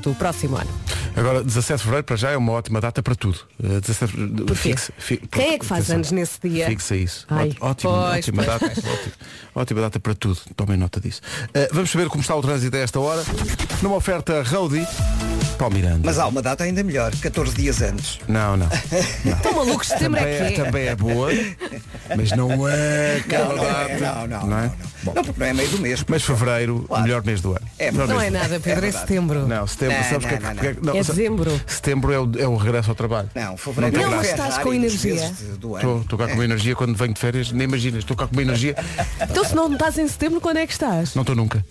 do próximo ano. Agora, 17 de fevereiro para já é uma ótima data para tudo. Eh, 17 de- Porquê? fixe- fi- Quem é que faz atenção. anos nesse dia? Fixa isso. Ai, Ótimo, ótima, pois, ótima pois, data. ótimo. Ótima data para tudo. Tomem nota disso. Eh, vamos saber como está o trânsito a esta hora. Numa oferta Roadie, Paulo Miranda. Mas há uma data ainda melhor, 14 dias antes. Não, não. Estão malucos, setembro Tá. Também é é, que é. também é boa, mas não é aquela não, não, data. é, não, não, é? não, não. Bom, Não, porque não é meio do mês. mas fevereiro, Claro. melhor mês do ano. É, Melhor Não mês é do ano. nada, Pedro, é, verdade. setembro. Não, setembro, Não, sabes não, que é que- não, porque é que- É sa- dezembro. Setembro é o, é o regresso ao trabalho. Não, fevereiro Não, é o mas estás Ferrari com dos energia. meses de- do ano. Estou cá com uma energia quando venho de férias, nem imaginas, estou cá com uma energia, Então se não estás em setembro, quando é que estás? não estou nunca.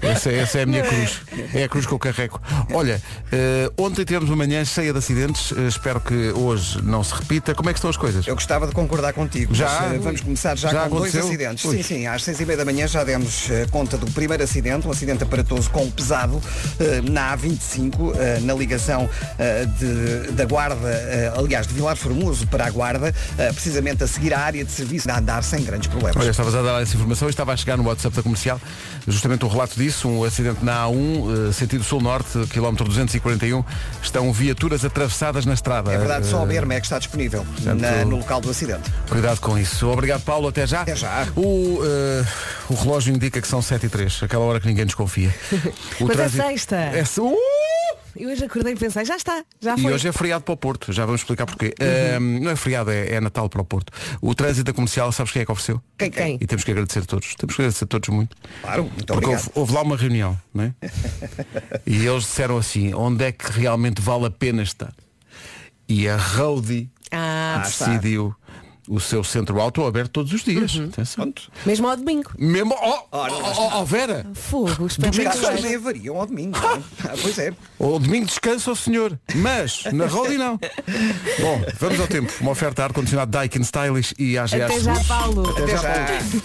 essa, é- essa é a minha cruz, é a cruz que eu carrego. Olha, eh, ontem tivemos uma manhã cheia de acidentes, eh, espero que hoje não se repita. Como é que estão as coisas? Eu gostava de concordar contigo. Já? mas, eh, vamos começar já, Já com aconteceu? dois acidentes. Ui. Sim, sim, às seis e meia da manhã já demos eh, conta do primeiro acidente, um acidente aparatoso com um pesado eh, na A25, eh, na ligação eh, de- da Guarda, eh, aliás, de Vilar Formoso para a Guarda, eh, precisamente a seguir à área de serviço, a andar sem grandes problemas. Olha, estavas a dar essa informação e estava a chegar no WhatsApp da comercial justamente o relato disso, um acidente na A1, eh, sentido sul-norte, quilómetro 241, estão viaturas atravessadas na estrada. É verdade, só Eh, o BRM é que está disponível portanto, na- no local do acidente. Cuidado com isso. Obrigado, Paulo. Até já. Até já. O, eh, o relógio indica que são 7 e 3 aquela hora que ninguém desconfia. O Mas é sexta. É se- Uh! Eu hoje acordei e pensei, já está, já E foi. Uhum. hoje é feriado para o Porto. Já vamos explicar porquê. Eh, não é feriado, é, é Natal para o Porto. O trânsito da comercial, sabes quem é que ofereceu? Quem, quem? E temos que agradecer a todos. Temos que agradecer a todos muito. Claro, muito Porque obrigado. houve, houve lá uma reunião, não é? e eles disseram assim, onde é que realmente vale a pena estar? E a Roadie Ah, decidiu o seu centro auto aberto todos os dias. Uhum. Atenção. mesmo ao domingo. Mesmo. Oh, oh, Ora, lá oh, oh, Vera! Fogo, espero Os que carros seja. também avariam ao domingo. não é? Ah, pois é. O domingo descansa o senhor, mas na Rodi não. Bom, vamos ao tempo. Uma oferta a ar-condicionado Daikin Stylish e AGR. Até já, Paulo. Até, Até já, já. Paulo.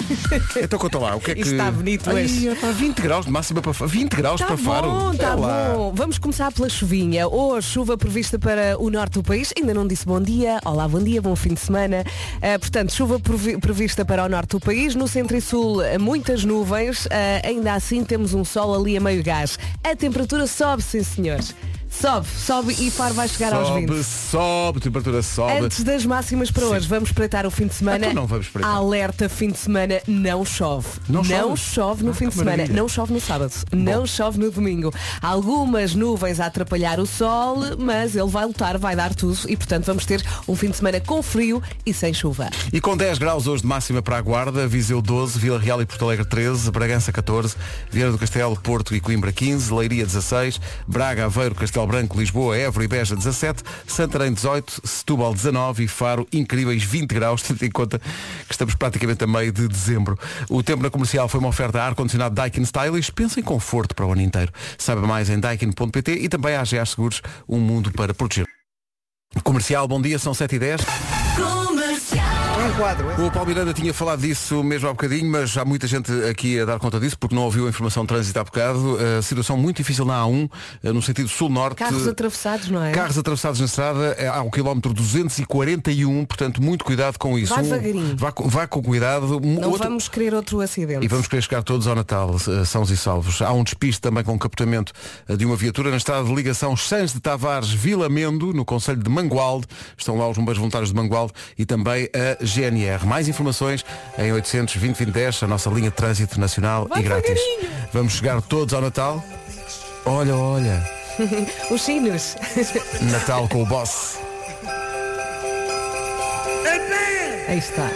Então conta lá, o que é que. Isto está bonito Ai, hoje. Está 20 graus de máxima para Faro. 20 graus Está para Faro. Tá bom, está Olha lá. bom. Vamos começar pela chuvinha. Hoje, chuva prevista para o norte do país. Ainda não disse bom dia. Olá, bom dia, bom fim de semana. Ah, portanto, chuva previ- prevista para o norte do país. No centro e sul, ah, muitas nuvens. Ah, ainda assim, temos um sol ali a meio gás. A temperatura sobe, sim, senhores. Sobe, sobe e Faro vai chegar aos 20. Sobe, sobe, temperatura sobe. Antes das máximas para hoje, vamos espreitar o fim de semana. Então não vamos espreitar. Alerta, fim de semana não chove. Não chove? no Ah, fim que de semana. maravilha. Não chove no sábado. Não chove no domingo. Algumas nuvens a atrapalhar o sol, mas ele vai lutar, vai dar tudo e, portanto, vamos ter um fim de semana com frio e sem chuva. E com 10 graus hoje de máxima para a Guarda, Viseu 12, Vila Real e Porto Alegre 13, Bragança 14, Vieira do Castelo, Porto e Coimbra 15, Leiria 16, Braga, Aveiro, Castelo Branco, Lisboa, Évora e Beja 17, Santarém 18, Setúbal 19 e Faro incríveis 20 graus, tendo em conta que estamos praticamente a meio de dezembro. O tempo na comercial foi uma oferta a ar-condicionado Daikin Stylish, pensa em conforto para o ano inteiro. Saiba mais em daikin.pt e também a AGA Seguros, um mundo para proteger. Comercial, bom dia, são 7 e 10. É um quadro, é? O Paulo Miranda tinha falado disso mesmo há bocadinho, mas há muita gente aqui a dar conta disso porque não ouviu a informação de trânsito há bocado. A situação muito difícil na A1, eh, no sentido sul-norte. Carros atravessados, não é? Carros atravessados na estrada eh, ao quilómetro 241, portanto muito cuidado com isso. Vá Um- devagarinho. Vá, com- vá com cuidado. Um Não outro- vamos querer outro acidente. E vamos querer chegar todos ao Natal, eh, sãos e salvos. Há um despiste também com o captamento eh, de uma viatura na estrada de ligação Sãs de Tavares Vilamendo, no Conselho de Mangualde. Estão lá os bombeiros voluntários de Mangualde e também a GNR. Mais informações em 820-2010, a nossa linha de trânsito nacional Vai e grátis. devagarinho. Vamos chegar todos ao Natal. Olha, olha, Os sinos. Natal com o boss. Aí está.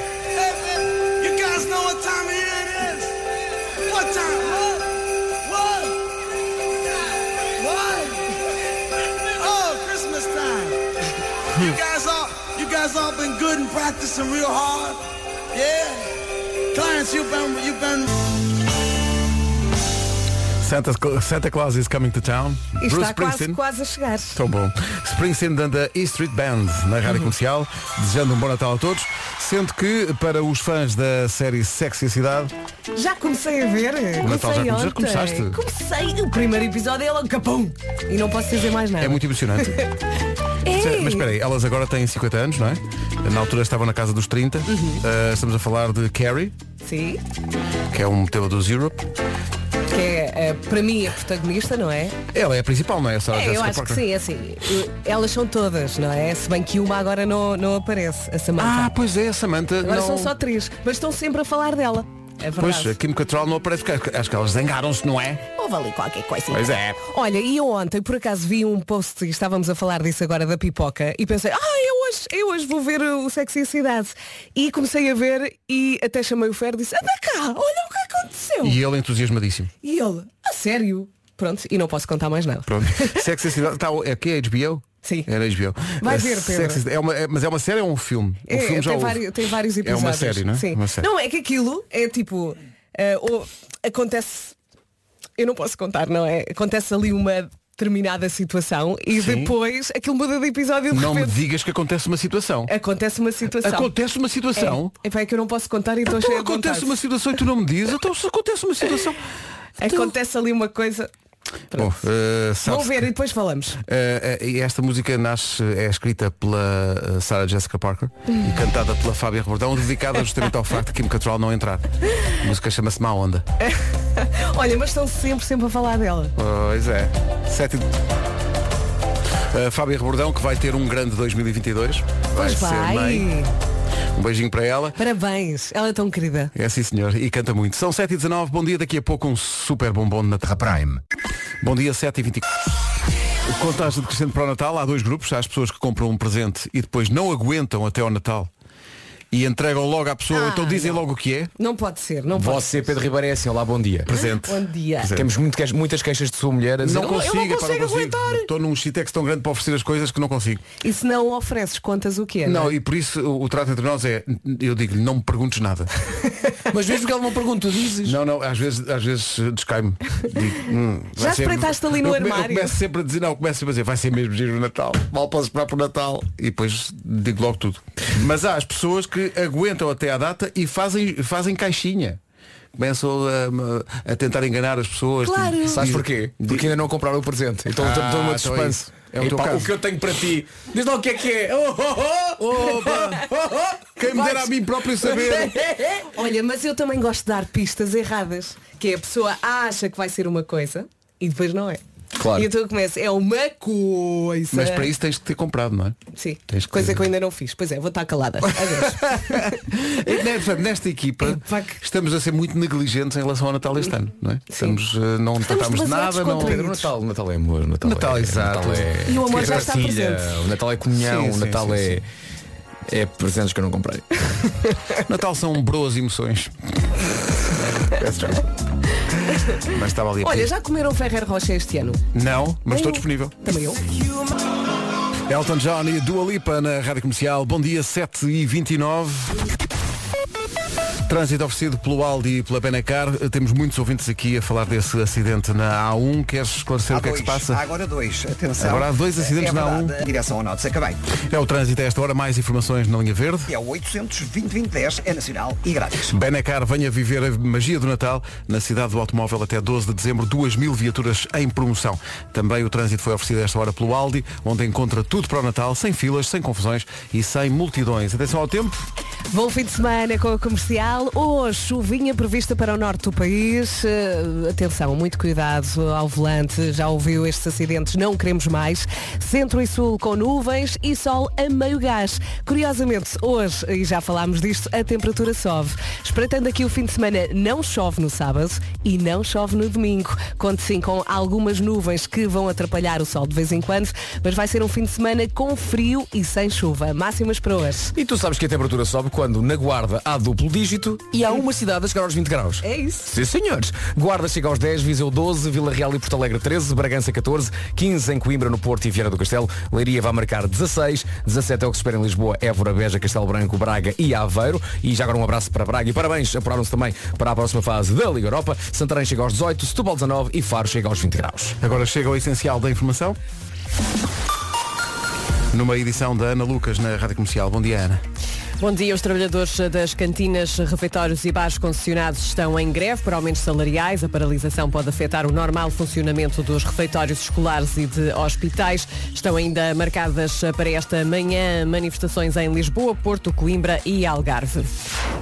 You guys know what time of year it is? What time? What? What? What? Oh, Christmas time. You guys all, you guys all been good and practicing real hard. Yeah. Clients, you've been, you've been. Santa, Santa Claus is coming to town. E está quase, quase a chegar. Tão bom. Springsteen and the E Street Band na Uhum. Rádio Comercial, desejando um bom Natal a todos, sendo que para os fãs da série Sexy Cidade, Já comecei a ver. Natal já comecei come- já ontem. começaste? Comecei. O primeiro episódio é logo capão. E não posso dizer mais nada. É. é muito impressionante. Ei! Mas espera aí, elas agora têm 50 anos, não é? Na altura estavam na casa dos 30. Uhum. Ah, estamos a falar de Carrie, Sim. que é um tema dos Europe. Que é é, para mim, a protagonista, não é? Ela é a principal, não é? A Sarah É, eu Jessica acho que Parker. sim, é assim. eu- Elas são todas, não é? Se bem que uma agora não, não aparece, a Ah, Samantha. pois é, a Samantha. agora não... são só três, mas estão sempre a falar dela. É Pois, a verdade. Kim Cattrall não aparece, porque acho que elas zangaram-se, não é? Houve ali qualquer coisa. Pois é. Olha, e eu ontem por acaso vi um post e estávamos a falar disso agora da pipoca e pensei, ah, eu hoje, eu hoje vou ver o Sexy e a Cidade. E comecei a ver e até chamei o Fer e disse, anda cá, olha o que aconteceu. E ele é entusiasmadíssimo. E ele, a sério? Pronto, e não posso contar mais nada. Pronto. Sex and the City. Tá, é que é HBO? Sim. É na HBO. Vai É ver, Pedro. Sex and the- é uma, é- mas é uma série ou um filme? O É, filme já tem, houve. vários, tem vários É episódios. uma série, não é? Sim. Uma série. Não, é que aquilo é tipo. eh, ou- acontece. Eu não posso contar, não é? Acontece ali uma determinada situação e Sim. depois aquilo muda de episódio de Não me repente. digas que acontece uma situação. Acontece uma situação. Acontece uma situação. É, Epá, é que eu não posso contar e estou Então cheia de acontece vontade. uma situação e tu não me dizes. Então se acontece uma situação. Acontece ali uma coisa. Bom, Pronto. eh, Vão sabes ver e depois falamos. Eh, eh, e esta música nasce, é escrita pela eh, Sarah Jessica Parker e cantada pela Fábia Rebordão, dedicada justamente ao facto de Kim Cattrall não entrar. A música chama-se Má Onda. Olha, mas estão sempre, sempre a falar dela. Pois é. Sete... A Fábia Rebordão, que vai ter um grande 2022. Vai Pois ser vai. mãe. Um beijinho para ela. Parabéns. Ela é tão querida. É sim senhor, e canta muito. São 7h19, bom dia, daqui a pouco um super bombom na Terra Prime. Bom dia, 7h24. Contagem decrescente para o Natal, há dois grupos, há as pessoas que compram um presente e depois não aguentam até ao Natal e entregam logo à pessoa, Ah, então dizem logo o que é. Não pode ser, não pode Você, Pedro Ribeiro, é assim, olá, bom dia. Presente. Bom dia. Presente. Temos muito que- muitas queixas de sua mulher a dizer, "Ah, Não consigo, não é pá, consigo aguentar. Estou num shitex tão grande para oferecer as coisas que não consigo. E se não ofereces contas o que é? Não, e por isso o, o trato entre nós é, eu digo-lhe, não me perguntes nada. Mas mesmo que ele não pergunta, tu dizes. Não, não, às vezes, às vezes eh, descaio-me. Digo, hum, Já vai ser- espreitaste ali no eu come- armário? Eu começo sempre a dizer, não, eu começo sempre a dizer, vai ser mesmo giro o Natal, mal posso esperar para o Natal. E depois digo logo tudo. Mas há as pessoas que aguentam até à data e fazem, fazem caixinha. Começam a, a tentar enganar as pessoas. Claro. Tipo, Sabes diz- porquê? diz- Porque ainda não compraram o presente. Então Ah, estou estou numa então suspense. é isso. É o teu Epá, caso. o que eu tenho para ti. Diz lá o que é que é. Oh, oh, oh. oh. Quem me dera a mim próprio saber. Olha, mas eu também gosto de dar pistas erradas. Que é a pessoa acha que vai ser uma coisa e depois não é. Claro. E então eu começo, é uma coisa. Mas para isso tens que ter comprado, não é? Sim, tens que- coisa que eu ainda não fiz. Pois é, vou estar calada. Adeus. E, né, portanto, Nesta equipa Epá, É que- estamos a ser muito negligentes em relação ao Natal este ano, não é? Estamos, eh, não tratámos de demasiado nada, não. descontraídos. Pedro, o Natal, o Natal é amor, o Natal, Natal, é, exato. o Natal é E o amor já está partilha, presente. O Natal é comunhão, Sim, o sim, Natal sim, é é presentes que eu não comprei. Natal são broas emoções. Peço desculpa. mas estava ali a Olha, pedir. já comeram Ferrer Rocha este ano? Não, mas estou Eu- disponível. Também eu. Elton John e Dua Lipa na Rádio Comercial. Bom dia, 7 e 29 Trânsito oferecido pelo Aldi e pela Benacar. Temos muitos ouvintes aqui a falar desse acidente na A1. Queres esclarecer Há o que é que se dois. passa? Há agora dois, atenção. Agora há dois acidentes é na verdade, um. em Direção ao norte, se acabei. É o trânsito a esta hora. Mais informações na linha verde. É o 820-2010, é nacional e grátis. Benacar, venha viver a magia do Natal na cidade do automóvel até 12 de dezembro. 2 mil viaturas em promoção. Também o trânsito foi oferecido a esta hora pelo Aldi, onde encontra tudo para o Natal, sem filas, sem confusões e sem multidões. Atenção ao tempo. Bom fim de semana com a comercial. Hoje, chuvinha prevista para o norte do país. Eh, atenção, muito cuidado ao volante. Já ouviu estes acidentes, não queremos mais. Centro e sul com nuvens e sol a meio gás. Curiosamente, hoje, e já falámos disto, a temperatura sobe. Espreitando aqui o fim de semana, não chove no sábado e não chove no domingo. Conte sim com algumas nuvens que vão atrapalhar o sol de vez em quando, mas vai ser um fim de semana com frio e sem chuva. Máximas para hoje. E tu sabes que a temperatura sobe quando na Guarda há duplo dígito e há uma cidade a chegar aos 20 graus. É isso. Sim, senhores. Guarda chega aos 10, Viseu 12, Vila Real e Porto Alegre 13, Bragança 14, 15 em Coimbra, no Porto e Vieira do Castelo. Leiria vai marcar 16, 17 é o que se espera em Lisboa, Évora, Beja, Castelo Branco, Braga e Aveiro. E já agora um abraço para Braga e parabéns. Apuraram-se também para a próxima fase da Liga Europa. Santarém chega aos 18, Setúbal 19 e Faro chega aos 20 graus. Agora chega ao essencial da informação. Numa edição da Ana Lucas na Rádio Comercial. Bom dia, Ana. Bom dia, os trabalhadores das cantinas, refeitórios e bares concessionados estão em greve por aumentos salariais. A paralisação pode afetar o normal funcionamento dos refeitórios escolares e de hospitais. Estão ainda marcadas para esta manhã manifestações em Lisboa, Porto, Coimbra e Algarve.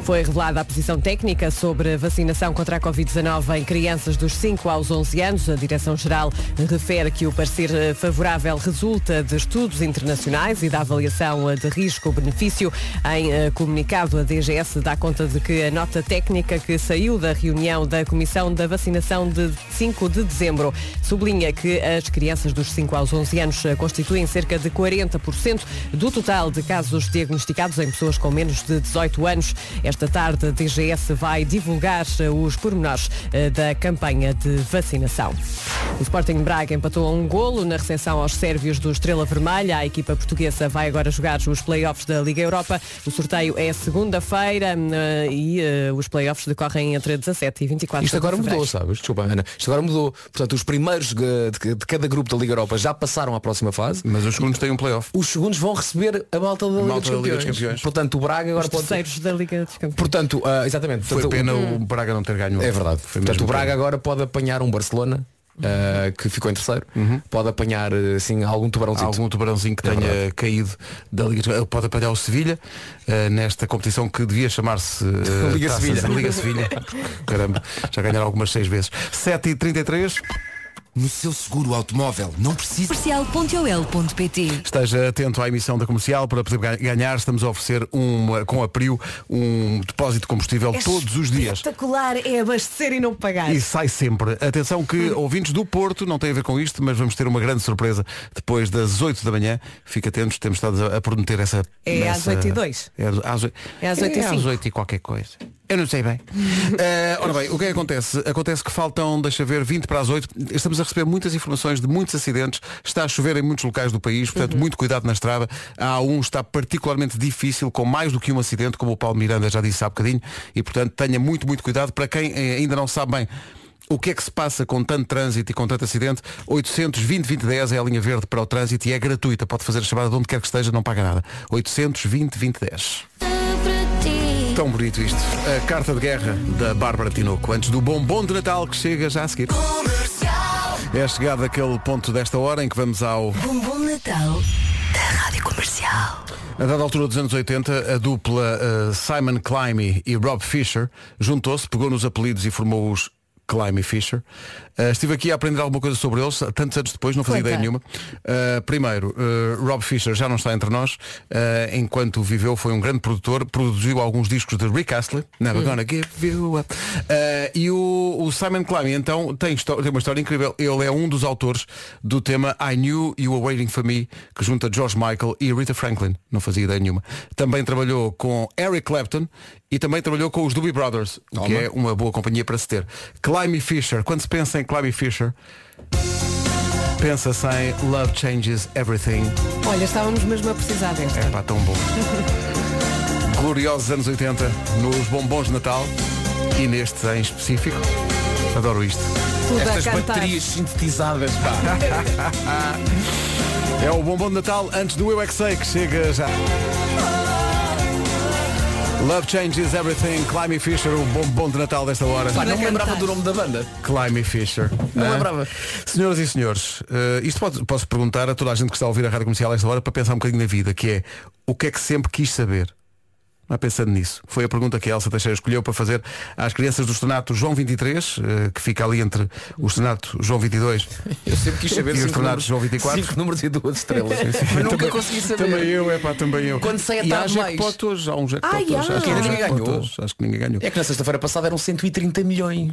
Foi revelada a posição técnica sobre a vacinação contra a Covid-19 em crianças dos 5 aos 11 anos. A Direção-Geral refere que o parecer eh, favorável resulta de estudos internacionais e da avaliação eh, de risco-benefício. Em eh, comunicado, a DGS dá conta de que a nota técnica que saiu da reunião da Comissão da Vacinação de 5 de dezembro sublinha que as crianças dos 5 aos 11 anos eh, constituem cerca de 40% do total de casos diagnosticados em pessoas com menos de 18 anos. Esta tarde, a DGS vai divulgar eh, os pormenores eh, da campanha de vacinação. O Sporting Braga empatou a um golo na recepção aos sérvios do Estrela Vermelha. A equipa portuguesa vai agora jogar os playoffs da Liga Europa. O sorteio é segunda-feira eh, e eh, os playoffs decorrem entre 17 e 24 Isto de agora fevereiro. mudou, sabes? Desculpa, Ana. Isto agora mudou. Portanto, os primeiros eh, de, de cada grupo da Liga Europa já passaram à próxima fase. Mas os segundos têm um playoff. Os segundos vão receber a malta da, Liga, malta dos da Liga Campeões. dos Campeões. Portanto, o Braga agora Os pode... terceiros da Liga dos Campeões. Portanto, ah, exatamente. Foi Portanto, pena o Braga não ter ganho. É verdade. Foi Portanto, mesmo o Braga pena. agora pode apanhar um Barcelona, ah, que ficou em terceiro. Pode apanhar, eh, assim, algum tubarãozinho. Uhum. algum tubarãozinho que tenha caído da Liga dos Campeões. Ele pode apanhar o Sevilha eh, nesta competição que devia chamar-se eh, Liga Taça Sevilha. Liga Sevilha. Caramba, já ganharam algumas seis vezes. 7h33, No seu seguro automóvel, não precisa. Comercial.ol.pt esteja atento à emissão da comercial para poder ga- ganhar. Estamos a oferecer uma, com a Prio um depósito de combustível todos os dias. Espetacular é abastecer e não pagar. E sai sempre. Atenção que Hum. ouvintes do Porto, não tem a ver com isto, mas vamos ter uma grande surpresa depois das 8 da manhã. Fica atentos, temos estado a, a prometer essa. É às essa- 8h02. É às, oi- É às 8h05. É às 8 e qualquer coisa. Eu não sei bem. Eh, ora bem, o que é que acontece? Acontece que faltam, deixa ver, 20 para as 8. Estamos a receber muitas informações de muitos acidentes. Está a chover em muitos locais do país, portanto, muito cuidado na estrada. A A1 está particularmente difícil, com mais do que um acidente, como o Paulo Miranda já disse há bocadinho. E, portanto, tenha muito, muito cuidado. Para quem eh, ainda não sabe bem o que é que se passa com tanto trânsito e com tanto acidente? 820-2010 é a linha verde para o trânsito e é gratuita. Pode fazer a chamada de onde quer que esteja, não paga nada. 820-2010. Tão bonito isto. A carta de guerra da Bárbara Tinoco. Antes do bombom de Natal que chega já a seguir. É chegado aquele ponto desta hora em que vamos ao. Bombom Um Natal da Rádio Comercial. A dada altura dos anos 80, a dupla eh, Simon Climby e Rob Fisher juntou-se, pegou nos apelidos e formou os Climby Fisher. Eh, estive aqui a aprender alguma coisa sobre eles, tantos anos depois, não fazia Conta. ideia nenhuma. Eh, primeiro, eh, Rob Fisher já não está entre nós, eh, enquanto viveu foi um grande produtor, produziu alguns discos de Rick Astley, Never Gonna Give You Up. Eh, e o, o Simon Climby, então, tem, histó- tem uma história incrível. Ele é um dos autores do tema I Knew You Were Waiting For Me, que junta George Michael e Rita Franklin. Não fazia ideia nenhuma. Também trabalhou com Eric Clapton e também trabalhou com os Doobie Brothers, o que é uma boa companhia para se ter. Climby Fisher. Quando se pensa em Climby Fisher, pensa-se em Love Changes Everything. Olha, estávamos mesmo a precisar desta. É pá, tão bom. Gloriosos anos 80, nos bombons de Natal e neste em específico. Adoro isto. Tudo Estas a cantar. baterias sintetizadas, pá. É o bombom de Natal antes do Eu é que Sei, que chega já. Love Changes Everything, Climby Fisher, o bombom de Natal desta hora. Pá, não Para me lembrava cantar. do nome da banda. Climby Fisher. Não Ah. lembrava. Senhoras e senhores, eh, isto pode- posso perguntar a toda a gente que está a ouvir a rádio comercial a esta hora para pensar um bocadinho na vida, que é o que é que sempre quis saber? Mas pensando nisso, foi a pergunta que a Elsa Teixeira escolheu para fazer às crianças do Estrenato João 23, eh, que fica ali entre o Estrenato João 22 Eu sempre quis saber E os cinco tornados números- João 24? Cinco números e duas estrelas. Mas nunca consegui saber. Também eu, é pá, também eu. Quando sai a E há tarde mais. jackpot hoje, há um jackpot Ai, hoje. há. Acho que há um Ninguém jackpot ganhou. hoje. Acho que ninguém ganhou. É que na sexta-feira passada eram 130 milhões.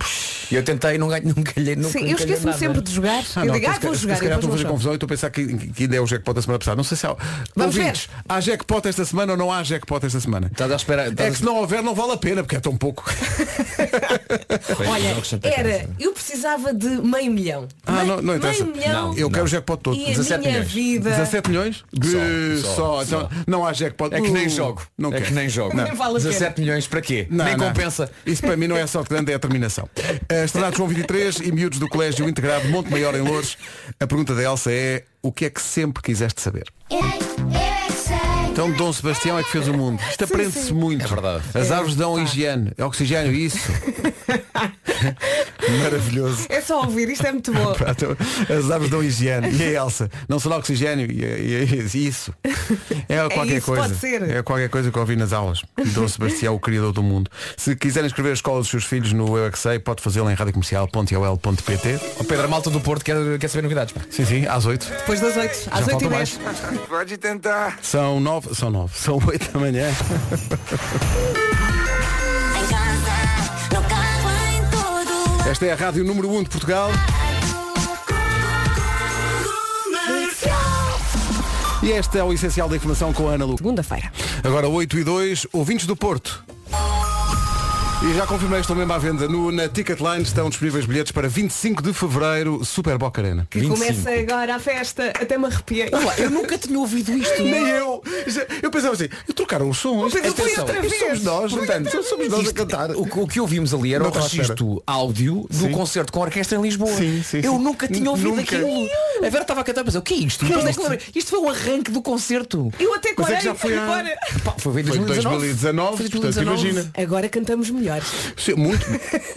E eu tentei, não ganho, não calhei, não Sim, calhei eu esqueço-me nada. sempre de jogar. Ah, eu não, digo, então ah, se vou jogar. calhar- Se e calhar estou a depois fazer não jogo. confusão e estou a pensar que, que ainda é o jackpot da semana passada. Não sei se há. Vamos Ouvintes, há jackpot esta semana ou não há jackpot esta semana? Estás à espera. É estás que se não houver não vale a pena porque é tão pouco. a- Jogos Olha, Santa era, Casa. eu precisava de meio milhão. Ah, meio, não, não interessa. Meio milhão. Não. Eu quero o jackpot todo. E a 17 minha milhões. vida. 17 milhões? De- Só, só, só, então, só. Não há jackpot. É que nem Uh, jogo. Não é quero. que nem jogo. Nem vale a pena. 17 milhões para quê? Não, nem não. compensa. Isso para mim não é sorte grande, é determinação. Uh, Estradados João 23 e miúdos do Colégio Integrado Monte Maior em Loures. A pergunta da Elsa é o que é que sempre quiseste saber? Eu é que sei, Então Dom Sebastião é que fez o mundo. Isto aprende-se muito. É verdade. As árvores tá. dão higiene, é oxigênio, isso. Maravilhoso. É só ouvir, isto é muito bom. Pá, então, As árvores dão higiene. E a Elsa? Não será oxigênio? E, e- e- isso. É qualquer isso, coisa. pode ser. É qualquer coisa que eu ouvi nas aulas. Dom Sebastião, o criador do mundo. Se quiserem escrever a escola dos seus filhos no Eu é Que Sei, pode fazê-lo em radiocomercial.ol.pt. O Pedro a Malta do Porto quer, quer saber novidades. pá. Sim, sim, às oito. Depois das 8, às 8 Já e falta 10. mais. Pode tentar. São nove, são nove, são oito da manhã. Em casa, no carro, em todo Esta é a rádio número um de Portugal. Comercial. E este é o essencial da informação com a Ana Lu. Segunda-feira. Agora 8 e 2, ouvintes do Porto. E já confirmei, estão mesmo à venda no, na Ticketline, estão disponíveis bilhetes para 25 de Fevereiro, Super Boca Arena. Que começa agora a festa, até me arrepiei. Eu nunca tinha ouvido isto. Nem eu! Já- Eu pensava assim, eu trocaram os sons. Mas eu fui Atenção, outra isto vez. somos nós, portanto, Portanto, somos nós a isto- cantar. O, que- o que ouvimos ali era Não o estava à espera. registro áudio do Sim. concerto com a orquestra em Lisboa. Sim, sim, eu sim. nunca tinha ouvido Nunca. aquilo. A Vera estava a cantar, mas eu, o que é isto? Depois é que lembrei, isto foi um arranque do concerto. Eu até Mas é quarei que já foi há- agora. Pá, foi em Foi em 2019. 2019, Foi em portanto, 2019. imagina. Agora cantamos melhor. Sim, Muito,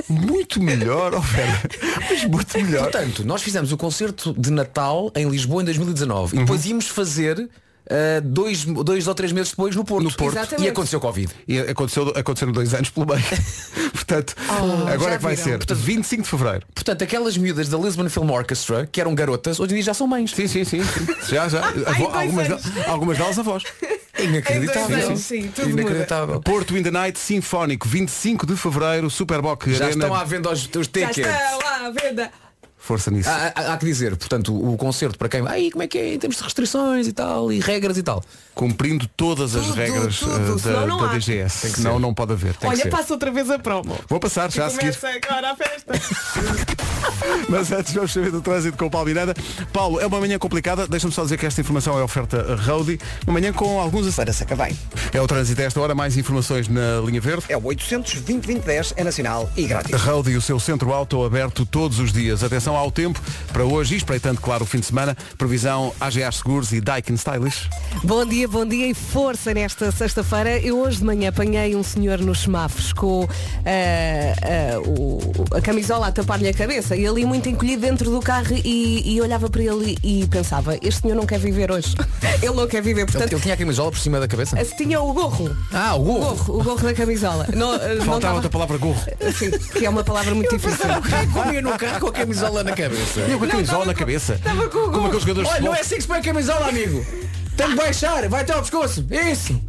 muito melhor, ó Vera. Mas muito melhor. Portanto, nós fizemos o concerto de Natal em Lisboa em 2019 e Uhum. depois íamos fazer ah, dois, dois ou três meses depois no Porto. No Porto. E Exatamente. aconteceu Covid. E aconteceu, aconteceram dois anos pelo meio. Portanto, Oh, agora é que vai ser. Portanto, 25 de Fevereiro. Portanto, aquelas miúdas da Lisbon Film Orchestra, que eram garotas, hoje em dia já são mães. Sim, sim, sim. Já, já. Avó- dois algumas, anos. de- algumas delas avós. Em dois Inacreditável. anos, sim, tudo muda. Inacreditável. Porto in the Night Sinfónico, 25 de Fevereiro, Superboc Já Arena. estão à venda os teus Já tickets. está lá à venda. Força nisso. Há, há- há que dizer, portanto, o, o concerto para quem. Aí como é que é? Em termos de restrições e tal, e regras e tal. Cumprindo todas as Tudo, regras tudo, eh, da, senão não da há. DGS. Tem que Senão ser. não pode haver. Tem que Olha, ser. passa outra vez a promo. Vou passar já a seguir. Começa agora a festa. Mas antes vamos saber do trânsito com o Paulo Miranda. Paulo, é uma manhã complicada. Deixa-me só dizer que esta informação é oferta Roadie. Uma manhã com alguns... ac- Para Sacavém. É o trânsito a esta hora. Mais informações na linha verde. É o 800 2010 é nacional e grátis. Road e o seu centro auto aberto todos os dias. Atenção ao tempo para hoje, e espreitando, claro, o fim de semana. Previsão AGA Seguros e Daikin Stylish. Bom dia, bom dia e força nesta sexta-feira. Eu hoje de manhã apanhei um senhor nos semáforos com eh, eh, o- a camisola a tapar-lhe a cabeça e ali muito encolhido dentro do carro e, e olhava para ele e pensava, este senhor não quer viver hoje. ele não quer viver, Ele, portanto, ele tinha a camisola por cima da um cabeça. se tinha o gorro. Ah, o O gorro. gorro, o gorro da camisola. Não, eh, não Faltava tava- outra palavra gorro. Sim, que é uma palavra muito difícil. Quem comia no carro com a camisola na cabeça? Eu com a camisola tava na com- cabeça. tava com o Como gorro. aqueles jogadores de Olha, não futebol. é assim que se põe a camisola, amigo. Tem que baixar, vai até ao pescoço. Isso.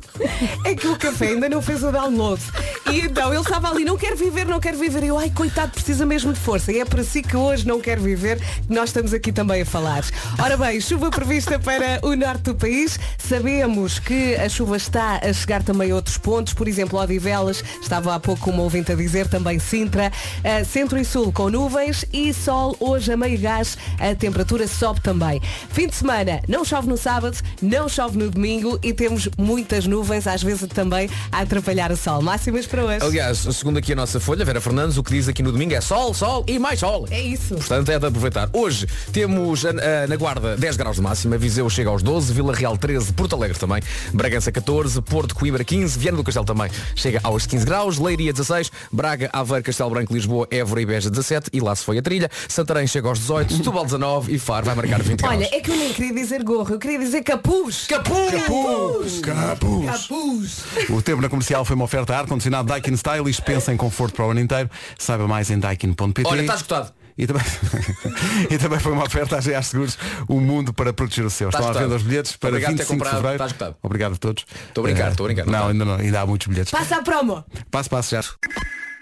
É que o café ainda não fez o download. E então ele estava ali, não quer viver, não quer viver. E eu, ai, coitado, precisa mesmo de força. E é para si que hoje não quer viver, que nós estamos aqui também a falar. Ora bem, chuva prevista para o norte do país. Sabemos que a chuva está a chegar também a outros pontos, por exemplo, Odivelas, estava há pouco uma ouvinte a dizer, também Sintra. Eh, centro e sul com nuvens e sol hoje a meio gás. A temperatura sobe também. Fim de semana, não chove no sábado, não chove no domingo e temos muitas nuvens, às vezes também a atrapalhar o sol. Máximas para hoje. Aliás, segundo aqui a nossa folha, Vera Fernandes, o que diz aqui no domingo é sol, sol e mais sol. É isso. Portanto, é de aproveitar. Hoje temos ah, ah, na Guarda 10 graus de máxima, Viseu chega aos 12, Vila Real 13, Porto Alegre também, Bragança 14, Porto Coimbra 15, Viana do Castelo também chega aos 15 graus, Leiria 16, Braga, Aveiro, Castelo Branco, Lisboa, Évora e Beja 17 e lá se foi a trilha, Santarém chega aos 18, Setúbal 19 e Faro vai marcar 20 graus. Olha, é que eu nem queria dizer gorro, eu queria dizer capuz. Capuz! Capuz! Capuz! Capuz. O tempo na comercial foi uma oferta a ar-condicionado Daikin Stylish. Pensa em conforto para o ano inteiro. Saiba mais em daikin.pt. Olha, tá está escutado. E também, e também foi uma oferta à GA Seguros, o mundo para proteger o seu. Está Estão à escutado. venda os bilhetes para Tá Obrigado por ter 25 de comprado. Tá fevereiro. Está escutado. Obrigado a todos. Estou a brincar, Eh, estou a brincar, não Não, está. ainda, não, ainda há muitos bilhetes. Passa a promo. Passo, passo já.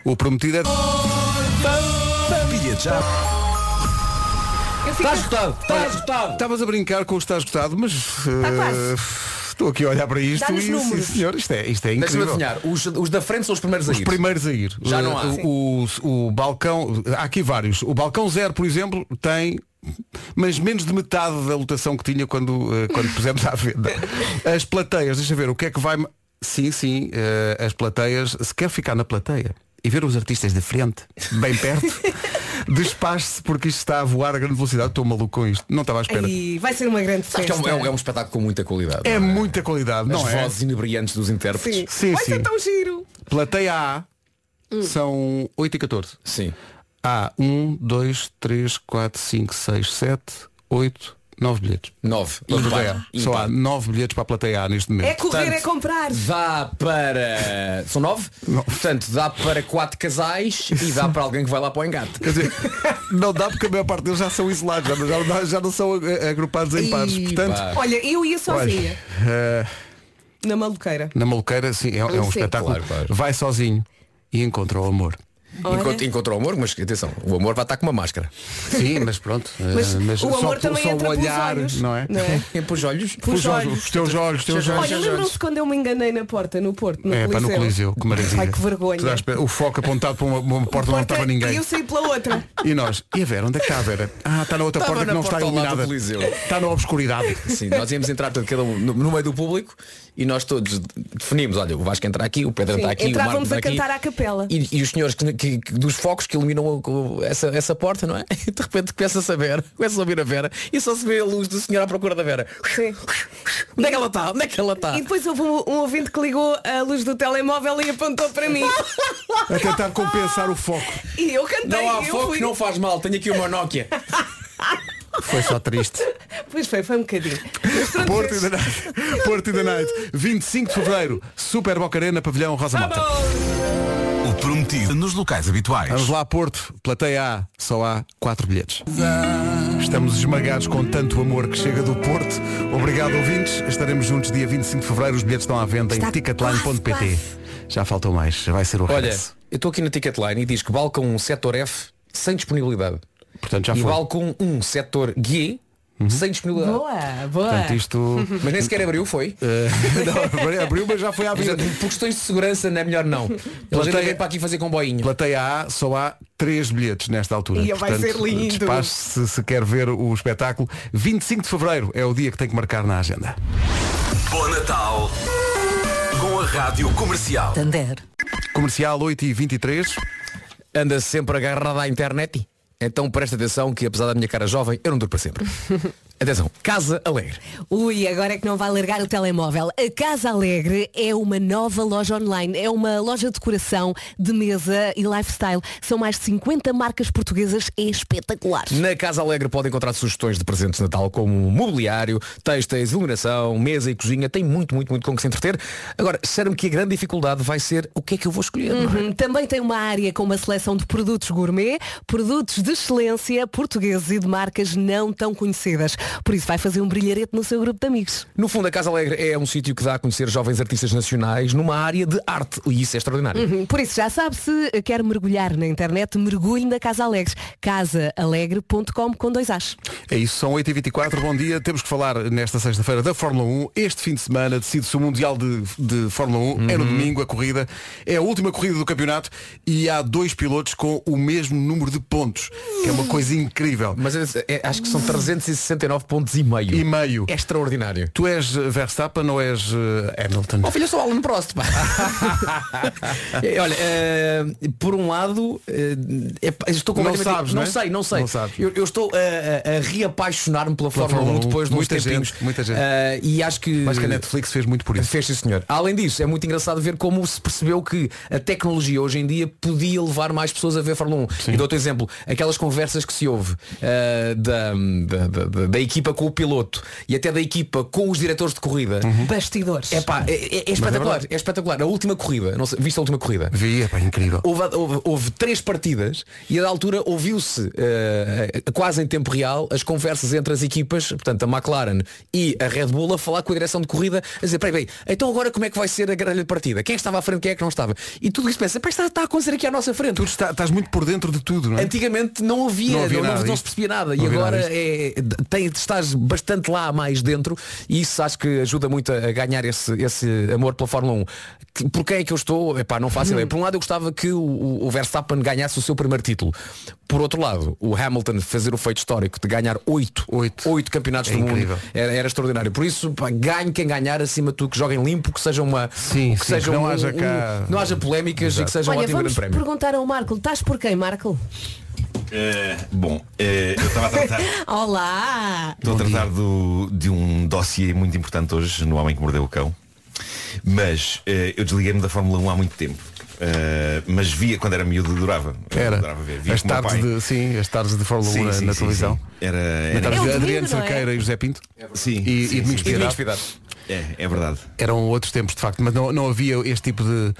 O prometido é... Eu fico- Está escutado, está escutado. Estavas a brincar com o está esgotado, mas... eh, Tá quase. Estou aqui a olhar para isto Dá-nos e... Sim, números. senhor, isto é, isto é incrível. Deixa-me adivinhar, os, os da frente são os primeiros a Os ir. primeiros a ir. Já não há. O, o, o balcão, há aqui vários. O balcão zero, por exemplo, tem mas menos de metade da lotação que tinha quando, eh, quando pusemos à venda. As plateias, deixa ver, o que é que vai. Sim, sim, eh, as plateias, se quer ficar na plateia e ver os artistas de frente, bem perto, Despache-se porque isto está a voar a grande velocidade. Estou maluco com isto. Não estava à espera. E vai ser uma grande Acho que festa. é um, é um- é um espetáculo com muita qualidade. É não muita qualidade, As não é? vozes é inebriantes dos intérpretes. Sim. Sim, vai sim. ser tão giro. Plateia A Hum. são 8 e 14. Sim. Há 1, 2, 3, 4, 5, 6, 7, 8, 9 bilhetes. Nove. Pela Ímpar. plateia A. Só Ímpar. há 9 bilhetes para a plateia A neste momento. É correr, Portanto, é comprar. Dá para. São nove? Portanto, dá para quatro casais e dá para alguém que vai lá para o engate. Quer dizer, não dá porque a maior parte deles já são isolados, já, já, não- já não são eh, agrupados em Ih, pares. Portanto, pá. Olha, eu ia sozinha. olha, eh, Na maluqueira. na maluqueira, sim, é, é um Sim. espetáculo. Claro, claro. Vai sozinho e encontra o amor. Olha. Encontra, encontra o amor, mas atenção, o amor vai estar com uma máscara. Sim, mas pronto. eh, Mas, só o amor por- também só entra o olhar, pelos olhos. não é? É para os olhos. Pelos Os olhos, os teus olhos, os teus olhos. Olha, lembram-se quando eu me enganei na porta, no Porto, no É, para Coliseu? no Coliseu, que maravilha. Ai, que vergonha. Tu dás pé- O foco apontado para uma, uma porta onde não estava E ninguém. eu saí pela outra. E nós, e a Vera, onde é que está a Vera? Ah, está na outra Estava porta na que não porta está ao lado do iluminada. Coliseu. Está na obscuridade. Sim, nós íamos entrar portanto, cada um no, no meio do público e nós todos definimos, olha, o Vasco entra aqui, o Pedro Sim, está aqui, o Marco entrávamos está a aqui. cantar à capela. E, e os senhores que, que- que- dos focos que iluminam o- o- essa, essa porta, não é? E de repente começa a saber, começa a ouvir a Vera e só se vê a luz do senhor à procura da Vera. Sim. Onde é que ela está? Onde é que ela está? E depois houve um, um ouvinte que ligou a luz do telemóvel e apontou para mim. A tentar compensar o foco. E eu cantei. Não há eu foco, fui. não faz mal, tenho aqui uma Nokia. Foi só triste. Pois foi, foi um bocadinho. Mas pronto, Porto e the Night. Porto e the Night. 25 de Fevereiro. Super Boca Arena, Pavilhão Rosa Mota. O prometido nos locais habituais. Vamos lá, Porto. Plateia A. Só há 4 bilhetes. Estamos esmagados com tanto amor que chega do Porto. Obrigado, ouvintes. Estaremos juntos dia 25 de Fevereiro. Os bilhetes estão à venda em ticketline.pt. Já faltam mais. Vai ser o Olha, regresso. eu estou aqui na Ticketline e diz que balcão 1 setor F sem disponibilidade. Portanto, já e foi. balcão 1 setor G sem disponibilidade. Boa, boa. Portanto, isto... Mas nem sequer abriu, foi? Não, abriu, mas já foi à Mas, vida. Por questões de segurança não é melhor não. Eles ainda Plateia- vêm para aqui fazer comboinho. Plateia A só há 3 bilhetes nesta altura. Ia, vai ser lindo. despache se, se quer ver o espetáculo. 25 de Fevereiro é o dia que tem que marcar na agenda. Bom Natal com a Rádio Comercial. Comercial 8 e 23 Anda sempre agarrada à internet. Então presta atenção que apesar da minha cara jovem, eu não duro para sempre. atenção, Casa Alegre. Ui, agora é que não vai largar o telemóvel. A Casa Alegre é uma nova loja online. É uma loja de decoração, de mesa e lifestyle. São mais de 50 marcas portuguesas É e espetaculares. Na Casa Alegre pode encontrar sugestões de presentes de Natal como mobiliário, têxteis, iluminação, mesa e cozinha. Tem muito, muito, muito com que se entreter. Agora, disseram-me que a grande dificuldade vai ser o que é que eu vou escolher. não é? Hum, Também tem uma área com uma seleção de produtos gourmet, produtos de excelência portugueses e de marcas não tão conhecidas. Por isso vai fazer um brilharete no seu grupo de amigos. No fundo, a Casa Alegre é um sítio que dá a conhecer jovens artistas nacionais numa área de arte. E isso é extraordinário. Hum, Por isso já sabe, se quer mergulhar na internet, mergulhe na Casa Alegre. Casaalegre.com com dois As. É isso, são 8 e 24 Bom dia, temos que falar nesta sexta-feira da Fórmula 1 Este fim de semana decide-se o Mundial de, de Fórmula 1 É no domingo a corrida É a última corrida do campeonato E há dois pilotos com o mesmo número de pontos Que é uma coisa incrível Mas é- é- acho que são 369 pontos e meio. E meio É extraordinário. Tu és eh, Verstappen ou és eh, Hamilton? Oh filho, eu sou Alan Prost, pá. Eh, Olha, eh, por um lado, eh, é pá, eu estou Não completamente... sabes, não é? sei, não sei. Não sabes. Eu, eu estou a, a- a reapaixonar-me pela, Fórmula Fórmula 1 depois de uns Muita gente, tempinhos. muita gente. Eh, e acho que... Acho que a Netflix fez muito por isso Fez sim senhor. Além disso, é muito engraçado ver como se percebeu que a tecnologia hoje em dia podia levar mais pessoas a ver Fórmula 1. E dou outro exemplo, aquelas conversas que se ouve ah, da, da, da- da- da equipa com o piloto e até da equipa com os diretores de corrida. Uhum. Bastidores. Epá, É é- é espetacular, é, espetacular. A última corrida, não sei, viste a última corrida? Vi, é pá, incrível Houve, houve- houve três partidas e da altura ouviu-se eh, quase em tempo real as conversas entre as equipas, portanto a McLaren e a Red Bull a falar com a direção de corrida, a dizer, peraí, peraí, então agora como é que vai ser a grelha de partida? Quem é que estava à frente, quem é que não estava? E tudo isso pensa, "Pá, está, está a acontecer aqui à nossa frente. Tu está- estás muito por dentro de tudo, não é? Antigamente não havia, Não não, havia não- nada não disto. se percebia nada. Não e havia agora nada é, tem- estás bastante lá mais dentro e isso acho que ajuda muito a ganhar esse, esse amor pela Fórmula 1. Que- Por quem é que eu estou? Epá, não faço ideia. Por um lado eu gostava que o, o Verstappen ganhasse o seu primeiro título. Por outro lado, o Hamilton fazer o feito histórico de ganhar oito, Oito. oito campeonatos É do incrível. mundo era, era extraordinário. Por isso, pá, ganhe quem ganhar acima de tudo, que joguem limpo, que seja uma. Sim, que sim, seja que não um- haja cá- um- não haja polémicas e que seja um Olha, ótimo vamos grande prémio. perguntar ao Marco, estás por quem, Marco? Eh, bom, eh, eu estava a tratar, Olá! estou a tratar do- de um dossiê muito importante hoje no Homem que Mordeu o Cão. Mas eh, eu desliguei-me da Fórmula 1 há muito tempo. Eh, mas via quando era miúdo, durava. Era. Durava ver. Via As com o meu tardes pai. de, sim, as tardes de Fórmula 1 Sim, na, sim, na sim, televisão. sim. Era, Na era, tarde É o de Adriano domingo, não é? Cerqueira e José Pinto. sim, E, sim, e Domingos sim. Piedade. É, é verdade. Eram outros tempos, de facto, mas não, não havia este tipo de.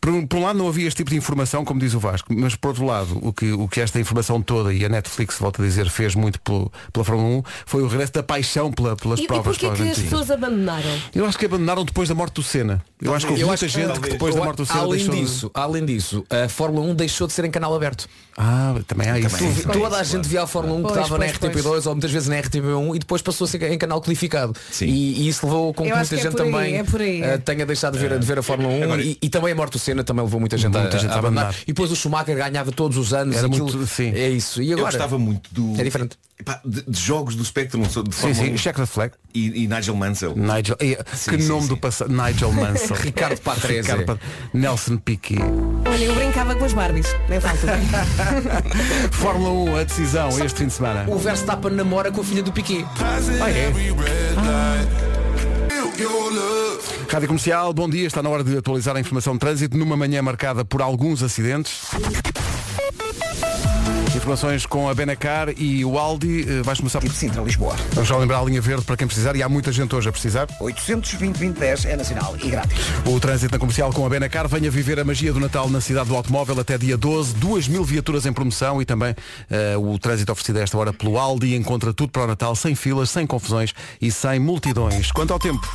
Por um, por um lado, não havia este tipo de informação, como diz o Vasco, mas por outro lado, o que, o que esta informação toda e a Netflix, volto a dizer, fez muito pelo, pela Fórmula 1 foi o regresso da paixão pela- pelas E, e provas. porquê que provavelmente. as pessoas abandonaram? Eu acho que abandonaram depois da morte do Senna. Eu acho que houve Eu muita acho- gente que talvez. depois da morte do Senna além deixou. de- disso, além disso, a Fórmula 1 deixou de ser em canal aberto. Ah, também há isso. Também. Toda a gente via a Fórmula 1 que Pois, estava na pois, RTP2 ou muitas vezes na RTP1 e depois passou a ser em canal codificado. Sim. E, e isso levou com que Eu muita acho que é gente por aí, também é por aí. eh, tenha deixado de ver, de ver a Fórmula 1 Agora- e, e também a morte do Senna também levou muita gente, Muita a, gente a a abandonar. abandonar. E depois o Schumacher ganhava todos os anos. Era aquilo- muito- sim. É isso. E Eu agora? gostava muito do. É diferente. Epá, de, de jogos do Spectrum, sou de Sim, Fórmula sim, 1 check the flag. e, e Nigel Mansell. Nigel, e- Sim, que sim, nome sim. do passado? Nigel Mansell. Ricardo Patrese. Ricardo Pat- Nelson Piquet. Olha, eu brincava com as Barbies, é nem falta. Fórmula 1, a decisão este fim de semana. O Verstappen namora com a filha do Piquet. Ah, é? Rádio Comercial, bom dia. Está na hora de atualizar a informação de trânsito numa manhã marcada por alguns acidentes. Informações com a Benacar e o Aldi. Eh, Vais começar por... Tipo Sintra, Lisboa. Vamos já lembrar a linha verde para quem precisar e há muita gente hoje a precisar. 820-2010 é nacional e grátis. O trânsito na comercial com a Benacar. Venha viver a magia do Natal na cidade do automóvel até dia 12. 2 mil viaturas em promoção e também eh, o trânsito oferecido a esta hora pelo Aldi. Encontra tudo para o Natal, sem filas, sem confusões e sem multidões. Quanto ao tempo,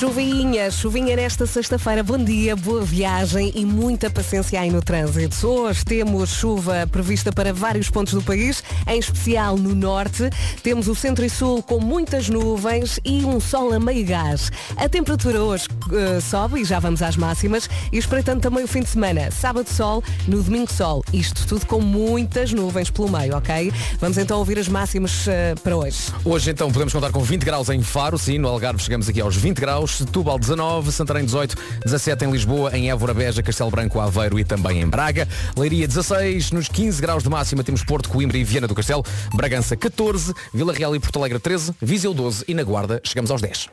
Chuvinha, chuvinha nesta sexta-feira. Bom dia, boa viagem e muita paciência aí no trânsito. Hoje temos chuva prevista para vários pontos do país, em especial no norte. Temos o centro e sul com muitas nuvens e um sol a meio gás. A temperatura hoje eh, sobe e já vamos às máximas. E espreitando também o fim de semana. Sábado sol, no domingo sol. Isto tudo com muitas nuvens pelo meio, ok? Vamos então ouvir as máximas eh, para hoje. Hoje então podemos contar com 20 graus em Faro, sim, no Algarve chegamos aqui aos 20 graus, Setúbal 19, Santarém 18, 17 em Lisboa, em Évora, Beja, Castelo Branco, Aveiro e também em Braga, Leiria 16, nos 15 graus de máxima temos Porto, Coimbra e Viana do Castelo, Bragança 14, Vila Real e Porto Alegre 13, Viseu 12 e na Guarda chegamos aos 10.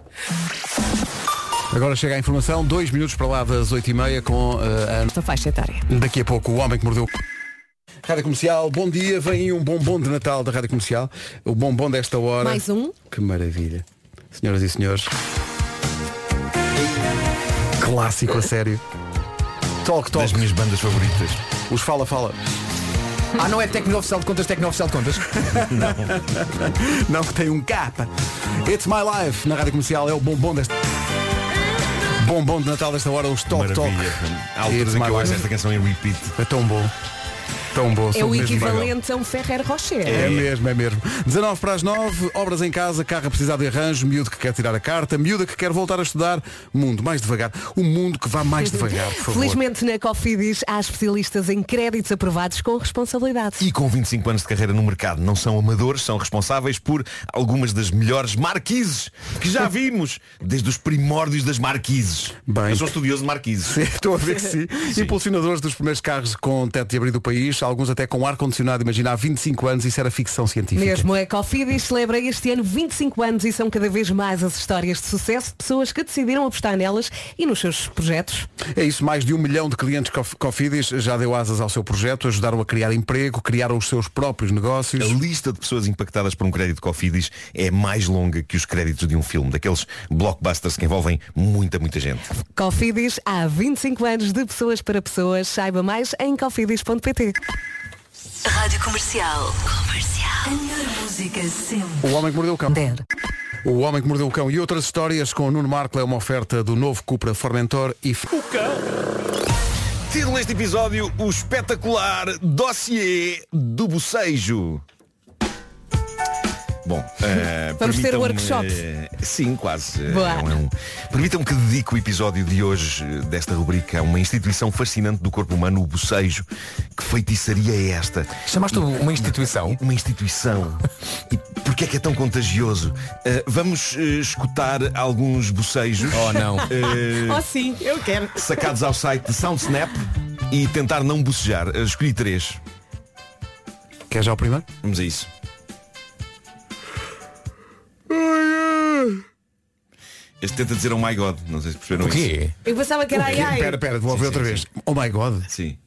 agora chega a informação. Dois minutos para lá das 8h30 com eh, a Esta faixa etária. Daqui a pouco o homem que mordeu. Rádio Comercial, bom dia, vem aí um bombom de Natal da Rádio Comercial. O bombom desta hora. Mais um? Que maravilha. Senhoras e senhores. Clássico a sério. Talk, Das talk. minhas bandas favoritas. Os fala, fala. Ah, não é técnico oficial de contas, técnico oficial de contas. Não que tem um capa. It's My Life na Rádio Comercial é o bombom desta. Bombom de Natal desta hora, os Talk Talk. Maravilha. Há alturas It's em My que eu ouço Life. esta canção em repeat. É tão bom. Tão bom. É sou o mesmo bem. equivalente a um Ferrer Rocher. É mesmo, é mesmo. 19 para as 9, obras em casa, carro a precisar de arranjo, miúdo que quer tirar a carta, miúda que quer voltar a estudar, mundo mais devagar. O mundo que vá mais devagar, por favor. Felizmente na Cofidis há especialistas em créditos aprovados com responsabilidade. E com 25 anos de carreira no mercado, não são amadores, são responsáveis por algumas das melhores marquises que já vimos, desde os primórdios das marquises. Bem. Eu sou estudioso de marquises. Estou a ver que sim. Impulsionadores dos primeiros carros com teto de abrir do país, alguns até com ar-condicionado, imagina, há 25 anos, isso era ficção científica. Mesmo a Cofidis celebra este ano 25 anos e são cada vez mais as histórias de sucesso de pessoas que decidiram apostar nelas e nos seus projetos. É isso, mais de um milhão de clientes Cof- Cofidis já deu asas ao seu projeto, ajudaram a criar emprego, criaram os seus próprios A negócios. lista de pessoas impactadas por um crédito Cofidis é mais longa que os créditos de um filme, daqueles blockbusters que envolvem muita, muita gente. Cofidis há 25 anos de pessoas para pessoas. Saiba mais em cofidis.pt. Rádio Comercial. Comercial. A melhor música sempre. O homem que mordeu o cão. O Homem que Mordeu o Cão e outras histórias com o Nuno Marco é uma oferta do novo Cupra Formentor e... Título deste episódio, o espetacular dossiê do bocejo. Bom, eh, Vamos ter permitam-me, workshops. eh, Sim, quase. eh, Boa. é um- é um- Permitam-me que dedique o episódio de hoje eh, desta rubrica a uma instituição fascinante do corpo humano, o bocejo. Que feitiçaria é esta? Chamaste uma instituição? Uma instituição. E porquê é que é tão contagioso? Eh, vamos eh, escutar alguns bocejos. Oh não. eh, Oh sim, eu quero. sacados ao Ah, site de SoundSnap e tentar não bocejar. Eh, Escolhi três. Quer já o primeiro? Vamos a isso. Este tenta dizer oh my god, não sei se perceberam O quê? isso. Eu pensava que era ai ai. Espera, espera, vou ouvir outra vez. Oh my god. Sim.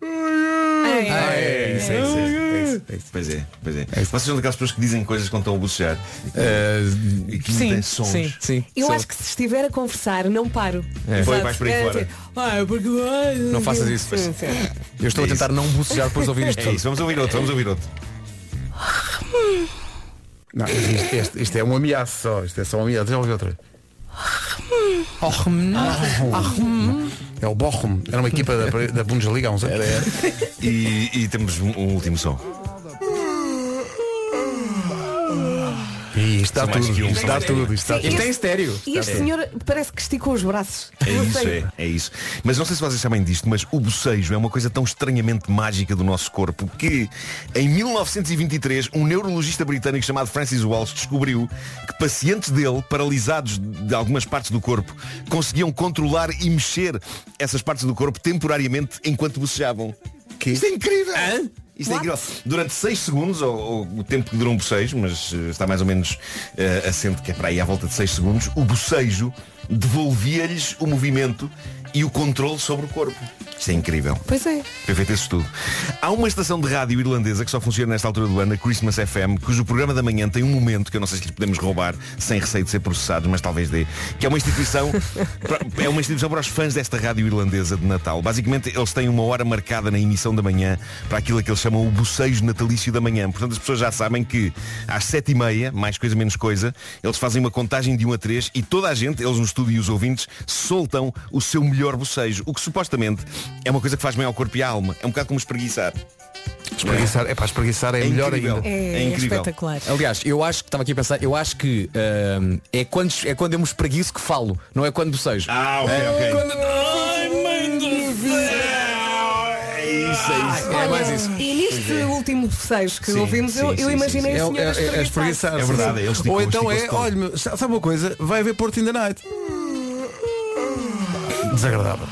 Ai, Ah, ai. é, é isso, é isso, é isso, é isso, é isso. Pois é, pois é. Vocês são daquelas pessoas que dizem coisas quando estão a bocejar Eh, e que sim, sim, sons. sim, sim. Eu acho que se estiver a conversar, não paro. É. Foi, Exato. vais por aí É, fora. tipo, ai, porque- ai, Não faças isso, pois. Sim, sim. Eu estou É a tentar não bucejar depois de ouvir isto É tudo. isso, vamos ouvir outro, vamos ouvir outro. Não, mas isto, este- isto é um ameaço só. Isto é só um ameaço. Já ouvi outra vez. É o Bochum. Era uma equipa da, da Bundesliga há uns anos. E, e temos um, um último som. E isto dá São mais tudo. que um, Isto são dá mais que um. tudo. Isto dá Sim, tudo. Isto é estéreo. E este senhor parece que esticou os braços. É Não isso, sei. é, é isso. Mas não sei se vocês sabem disto, mas o bocejo é uma coisa tão estranhamente mágica do nosso corpo que em 1923 um neurologista britânico chamado Francis Walsh descobriu que pacientes dele, paralisados de algumas partes do corpo, conseguiam controlar e mexer essas partes do corpo temporariamente enquanto bocejavam. Isto é incrível! Isto é incrível. Durante 6 segundos, ou, ou o tempo que durou um bocejo, mas eh, está mais ou menos eh, assente que é para aí à volta de 6 segundos, o bocejo devolvia-lhes o movimento e o controle sobre o corpo. Isto é incrível. Pois é. Perfeito esse estudo. Há uma estação de rádio irlandesa que só funciona nesta altura do ano, a Christmas FM, cujo programa da manhã tem um momento que eu não sei se lhe podemos roubar sem receio de ser processados, mas talvez dê, que é uma instituição para- é uma instituição para os fãs desta rádio irlandesa de Natal. Basicamente, eles têm uma hora marcada na emissão da manhã para aquilo que eles chamam o bocejo natalício da manhã. Portanto, as pessoas já sabem que às sete e meia, mais coisa menos coisa, eles fazem uma contagem de 1 a 3 e toda a gente, eles no estúdio e os ouvintes, soltam o seu melhor bocejo, o que supostamente é uma coisa que faz bem ao corpo e à alma. É um bocado como espreguiçar. Espreguiçar, é para espreguiçar é, É melhor incrível. ainda. É É, incrível. espetacular. Aliás, eu acho que estava aqui a pensar, eu acho que ahm, é, quando, é quando eu me espreguiço que falo, não é quando bocejo. Ah, ok, ok. É isso, é isso. Olha, É mais isso. E neste último seis que Sim, ouvimos, sim, eu, sim, eu sim, imaginei É, o senhor a é, é espreguiçar. espreguiçar. É verdade, ele esticou, Ou então é, esticou-se todo. olha, sabe uma coisa? Vai haver Porto in the Night. Desagradável.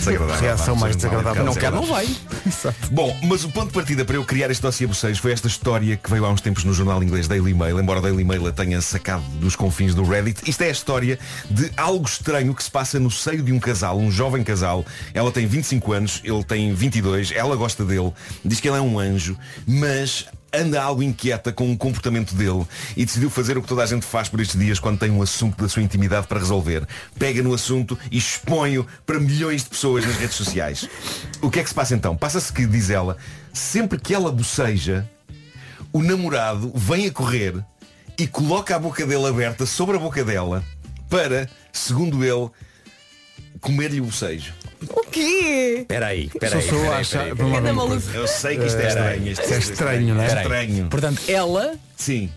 Desagradável. Reação Vá, vamos ver, mais desagradável. vale a Não pena, quero, não vai. Bom, mas o ponto de partida para eu criar este dossiê vocês foi esta história que veio há uns tempos no jornal inglês Daily Mail, embora o Daily Mail a tenha sacado dos confins do Reddit. Isto é a história de algo estranho que se passa no seio de um casal, um jovem casal. Ela tem 25 anos, ele tem 22, ela gosta dele, diz que ele é um anjo, mas anda algo inquieta com o comportamento dele e decidiu fazer o que toda a gente faz por estes dias quando tem um assunto da sua intimidade para resolver. Pega no assunto e expõe-o para milhões de pessoas nas redes sociais. O que é que se passa então? Passa-se que, diz ela, sempre que ela boceja, o namorado vem a correr e coloca a boca dele aberta sobre a boca dela para, segundo ele, comer-lhe o bocejo. O quê? Espera aí, espera Só sou eu a achar. vamos lá ver Anda uma coisa. maluco. Eu sei que isto é estranho. Isto Isto é estranho, não É é? estranho. Portanto, ela, Sim.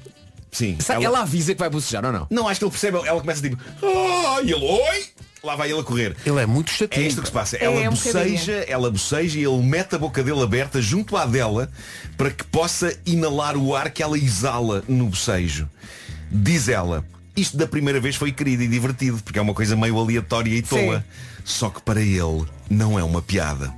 Sim. sa- ela avisa que vai bocejar ou não? Não, acho que ele percebe, ela começa tipo, "Ah", e ele, oi! Lá vai ele a correr. Ele é muito É chatinho. isto que se passa. Ela um boceja, ela boceja e ele mete a boca dele aberta junto à dela para que possa inalar o ar que ela exala no bocejo. Diz ela, isto da primeira vez foi querido e divertido, porque é uma coisa meio aleatória e tola. Só que para ele não é uma piada.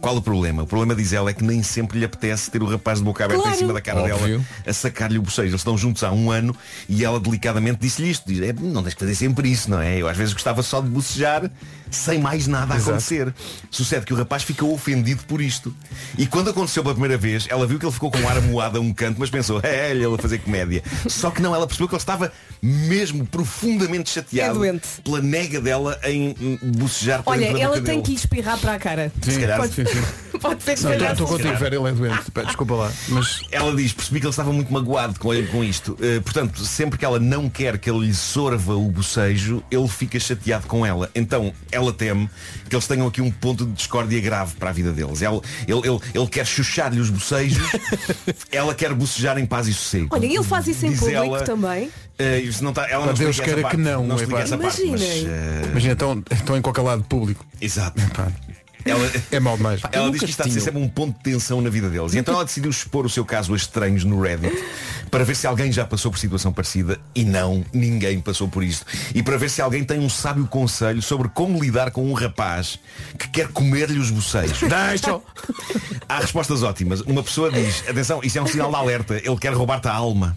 Qual o problema? O problema, diz ela, é que nem sempre lhe apetece ter o rapaz de boca aberta em cima da cara dela Óbvio. a sacar-lhe o bocejo. Eles estão juntos há um ano e ela delicadamente disse-lhe isto. Diz, "É, não tens que fazer sempre isso, não é? Eu às vezes gostava só de bocejar sem mais nada a acontecer. Sucede que o rapaz ficou ofendido por isto. E quando aconteceu pela primeira vez, ela viu que ele ficou com o ar moado a um canto, mas pensou, é ele a fazer comédia. Só que não, ela percebeu que ele estava mesmo profundamente chateado É doente. pela nega dela em hum, bocejar por Olha, dentro da ela boca tem que dele. lhe espirrar para a cara. Se calhar, Pode, Sim, sim. pode ser que Não, seja Estou estou assim. contigo, Vera, ele é doente. Pá, Desculpa lá. Mas Ela diz, percebi que ele estava muito magoado com, ele, com isto. Eh, portanto, sempre que ela não quer que ele lhe sorva o bocejo, ele fica chateado com ela. Então, ela teme que eles tenham aqui um ponto de discórdia grave para a vida deles. Ela, ele, ele, ele quer chuchar-lhe os bocejos, ela quer bocejar em paz e sossego. Olha, ele faz isso em Diz público ela- também. Eh, isso não tá, ela não Mas Deus explica essa queira parte, que não, não é explica pá. essa parte, mas, Imaginem. eh, imagina, estão, estão em qualquer lado público. Exato. Pá, Ela, É mau demais. Ela diz que isto está a ser sempre um ponto de tensão na vida deles. E então ela decidiu expor o seu caso a estranhos no Reddit para ver se alguém já passou por situação parecida e não, ninguém passou por isto. E para ver se alguém tem um sábio conselho sobre como lidar com um rapaz que quer comer-lhe os boceios. Deixa! Há respostas ótimas. Uma pessoa diz, atenção, isso é um sinal de alerta, ele quer roubar-te a alma.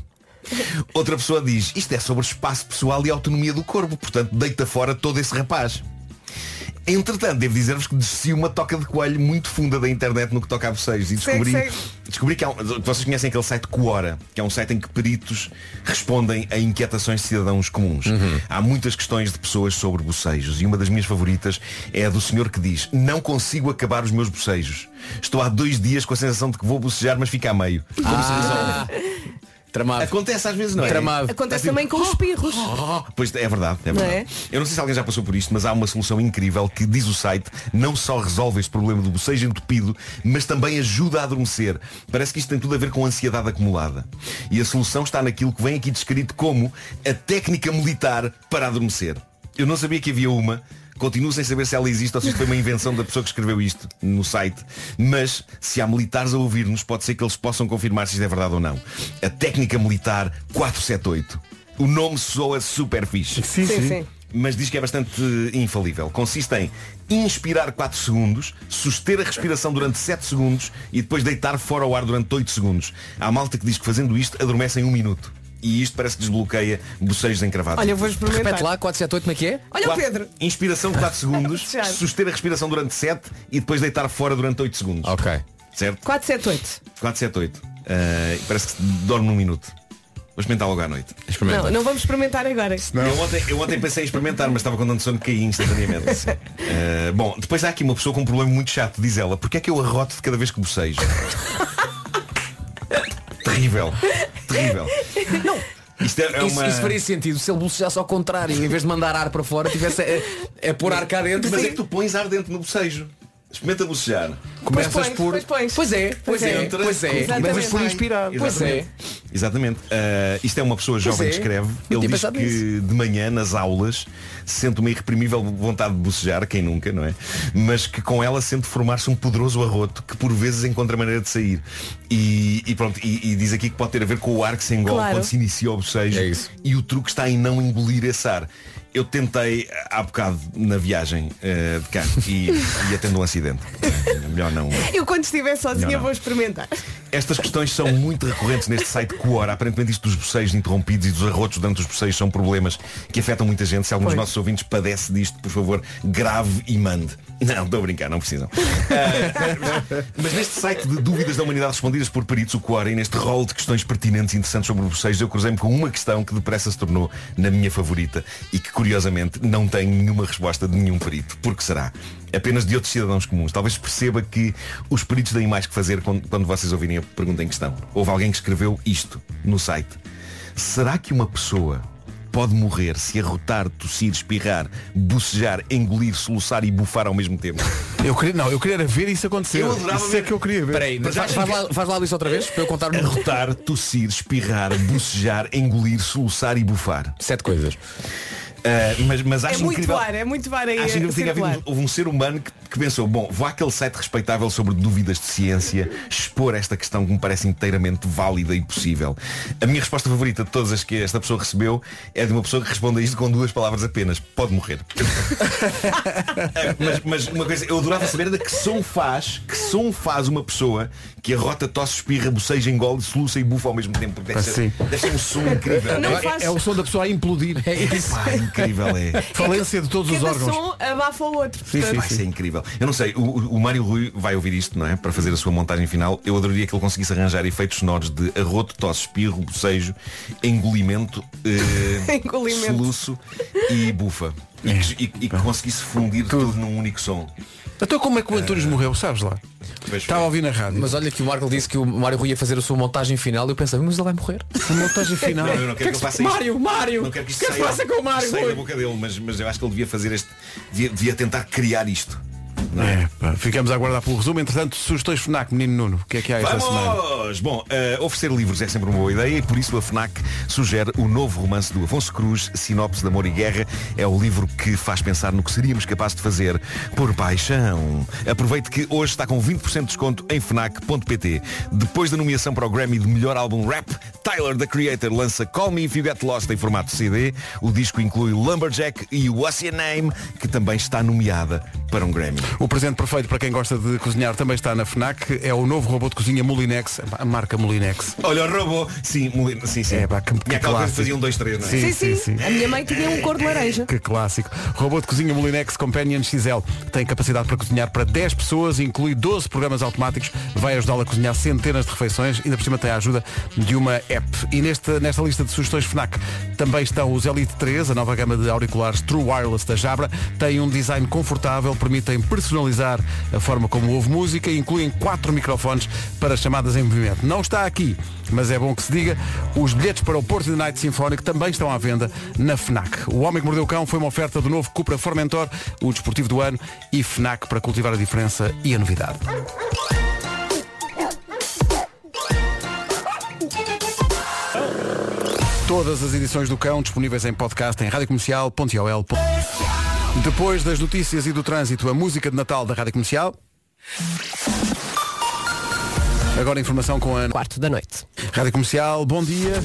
Outra pessoa diz, isto é sobre espaço pessoal e autonomia do corpo, portanto deita fora todo esse rapaz. Entretanto, devo dizer-vos que desci uma toca de coelho muito funda da internet no que toca a vocês e descobri, sei. descobri que há um, vocês conhecem aquele site Quora, que é um site em que peritos respondem a inquietações de cidadãos comuns. Há muitas questões de pessoas sobre bocejos e uma das minhas favoritas é a do senhor que diz não consigo acabar os meus bocejos. Estou há dois dias com a sensação de que vou bocejar, mas fica a meio. Como se Ah. Tramado. Acontece às vezes, não é? Acontece É tipo, também com os espirros. Pois é verdade, é Não verdade. é? Eu não sei se alguém já passou por isto, mas há uma solução incrível que diz o site, não só resolve este problema do bocejo entupido, mas também ajuda a adormecer. Parece que isto tem tudo a ver com ansiedade acumulada. E a solução está naquilo que vem aqui descrito como a técnica militar para adormecer. Eu não sabia que havia uma. Continuo sem saber se ela existe ou se isto foi uma invenção da pessoa que escreveu isto no site. Mas se há militares a ouvir-nos, pode ser que eles possam confirmar se isto é verdade ou não. A técnica militar 478. O nome soa super Sim, fixe. Sim, sim. sim. Mas diz que é bastante eh, infalível. Consiste em inspirar 4 segundos, suster a respiração durante 7 segundos e depois deitar fora o ar durante 8 segundos. Há malta que diz que fazendo isto adormece em 1 minuto. E isto parece que desbloqueia bocejos encravados. Olha, eu vou experimentar. Repete lá, 478, como é que é? Olha Pedro. Inspiração 4 segundos, Já. suster a respiração durante 7 e depois deitar fora durante 8 segundos. Ok. Certo? 478. 4, 7, 8. Ah, parece que dorme num minuto. Vou experimentar logo à noite. Não, não vamos experimentar agora. Eu, ontem, eu ontem pensei em experimentar, mas estava com tanto sono que caí instantaneamente. Eh, bom, depois há aqui uma pessoa com um problema muito chato, diz ela, porque é que eu arroto de cada vez que bocejo? terrível, terrível. Isto é, é isso, uma... isso faria sentido se ele bocejasse ao contrário, em vez de mandar ar para fora, tivesse a, a pôr ar cá dentro. Mas é que tu pões ar dentro no bocejo. Experimenta bocejar. Começas Pois pões, por- pois pões. Pois é, pois é, Entra, pois é. começas Começas por sai. inspirar. Pois é. Exatamente. Exatamente. Ah, isto é uma pessoa Pois jovem é. que escreve. Não Ele tinha diz pensado que de manhã, nas aulas, sente uma irreprimível vontade de bocejar, quem nunca, não é? Mas que com ela sente formar-se um poderoso arroto que por vezes encontra maneira de sair. E, e pronto, e, e diz aqui que pode ter a ver com o ar que se engole Claro. quando se inicia o bocejo. E o truque está em não engolir esse ar. Eu tentei há bocado na viagem ah, de carro e, e atendo um acidente. É Melhor não. Eu quando estiver sozinha Não, não. vou experimentar. Estas questões são muito recorrentes neste site Quora. Aparentemente isto dos boceios interrompidos e dos arrotos durante os boceios são problemas que afetam muita gente. Se algum dos Pois. nossos ouvintes padece disto, por favor, grave e mande. Não, estou a brincar, não precisam. Ah, mas neste site de dúvidas da humanidade respondidas por peritos, o Quora, e neste rol de questões pertinentes e interessantes sobre boceios, eu cruzei-me com uma questão que depressa se tornou na minha favorita e que, curiosamente, não tem nenhuma resposta de nenhum perito. Por que será? apenas de outros cidadãos comuns. Talvez perceba que os peritos têm mais que fazer quando, quando vocês ouvirem a pergunta em questão. Houve alguém que escreveu isto no site. Será que uma pessoa pode morrer se arrotar, tossir, espirrar, bocejar, engolir, soluçar e bufar ao mesmo tempo? Eu queria, não, eu queria era ver isso acontecer. Eu adorava isso é ver- que eu queria ver. Peraí, mas Faz, faz lá, faz lá isso outra vez, para eu É. contar no Arrotar, tossir, espirrar, bocejar, engolir, soluçar e bufar. Ah, Sete coisas. mas, mas acho é muito incrível... ar, é muito ar aí. Acho que a deve ter havido- circular. houve um ser humano que, que pensou, bom, vou àquele site respeitável sobre dúvidas de ciência expor esta questão que me parece inteiramente válida e possível. A minha resposta favorita de todas as que esta pessoa recebeu é de uma pessoa que responde a isto com duas palavras apenas. Pode morrer. mas, mas uma coisa, eu adorava saber era que som faz, que som faz uma pessoa que arrota, tosse, espirra, boceja, engole, soluça e bufa ao mesmo tempo. Porque Deve ser, deve ser um som incrível. Não É- faz- é É o som da pessoa a implodir. É isso. Pá, incrível é. Falência de todos os Cada órgãos. som abafa o outro. portanto. Vai ser incrível. Eu não sei, o, o- o Mário Rui vai ouvir isto, não é? Para fazer a sua montagem final. Eu adoraria que ele conseguisse arranjar efeitos sonoros de arroto, tosse, espirro, bocejo, engolimento, eh, Engolimento. soluço e bufa. E que, e- e que conseguisse fundir tudo. num único som. Então como é que o Antunes morreu, sabes lá? Estava a ouvir na rádio. Mas olha que o Marco disse que o Mário Rui ia fazer a sua montagem final e eu pensei, mas ele vai morrer. Montagem final. Não, eu não quero que, ele é se- faça Mário, isto. Mário! Não quero que isto o que é que saia- se passa com o Mário? saia da Rui? boca dele, mas, mas eu acho que ele devia fazer este. Devia, devia tentar criar isto. não é? pá, Ficamos a aguardar pelo resumo. Entretanto, sugestões FNAC, menino Nuno. O que é que há esta semana? Vamos! Bom, eh, oferecer livros é sempre uma boa ideia e por isso a FNAC sugere o novo romance do Afonso Cruz, Sinopse de Amor e Guerra. É o livro que faz pensar no que seríamos capazes de fazer por paixão. Aproveite que hoje está com 20% de desconto em FNAC.pt. Depois da nomeação para o Grammy de melhor álbum rap, Tyler, The Creator, lança Call Me If You Get Lost em formato CD. O disco inclui Lumberjack e What's Your Name, que também está nomeada para um Grammy. O presente perfeito para quem gosta de cozinhar também está na FNAC. É o novo robô de cozinha Molinex, a marca Molinex. Olha, o robô. Sim, Molina, sim, sim. É, pá, que, E que aquela coisa que clássico. fazia um, dois, três, não é? Sim, Sim, sim, sim, sim. A minha mãe tinha um cor de laranja. Que clássico. Robô de cozinha Molinex Companion XL tem capacidade para cozinhar para 10 pessoas, inclui 12 programas automáticos, vai ajudá-la a cozinhar centenas de refeições, ainda por cima tem a ajuda de uma app. E nesta, nesta lista de sugestões FNAC também estão os Elite 3, a nova gama de auriculares True Wireless da Jabra, tem um design confortável, permitem personalizar a forma como ouve música e incluem quatro microfones para chamadas em movimento. Não está aqui, mas é bom que se diga, os bilhetes para o Porto de Night Sinfónico também estão à venda na FNAC. O Homem que Mordeu o Cão foi uma oferta do novo Cupra Formentor, o desportivo do ano e FNAC para cultivar a diferença e a novidade. Todas as edições do Cão disponíveis em podcast em radiocomercial.ol. Depois das notícias e do trânsito, a música de Natal da Rádio Comercial. Agora a informação com a Ana. Quarto da noite. Rádio Comercial, bom dia.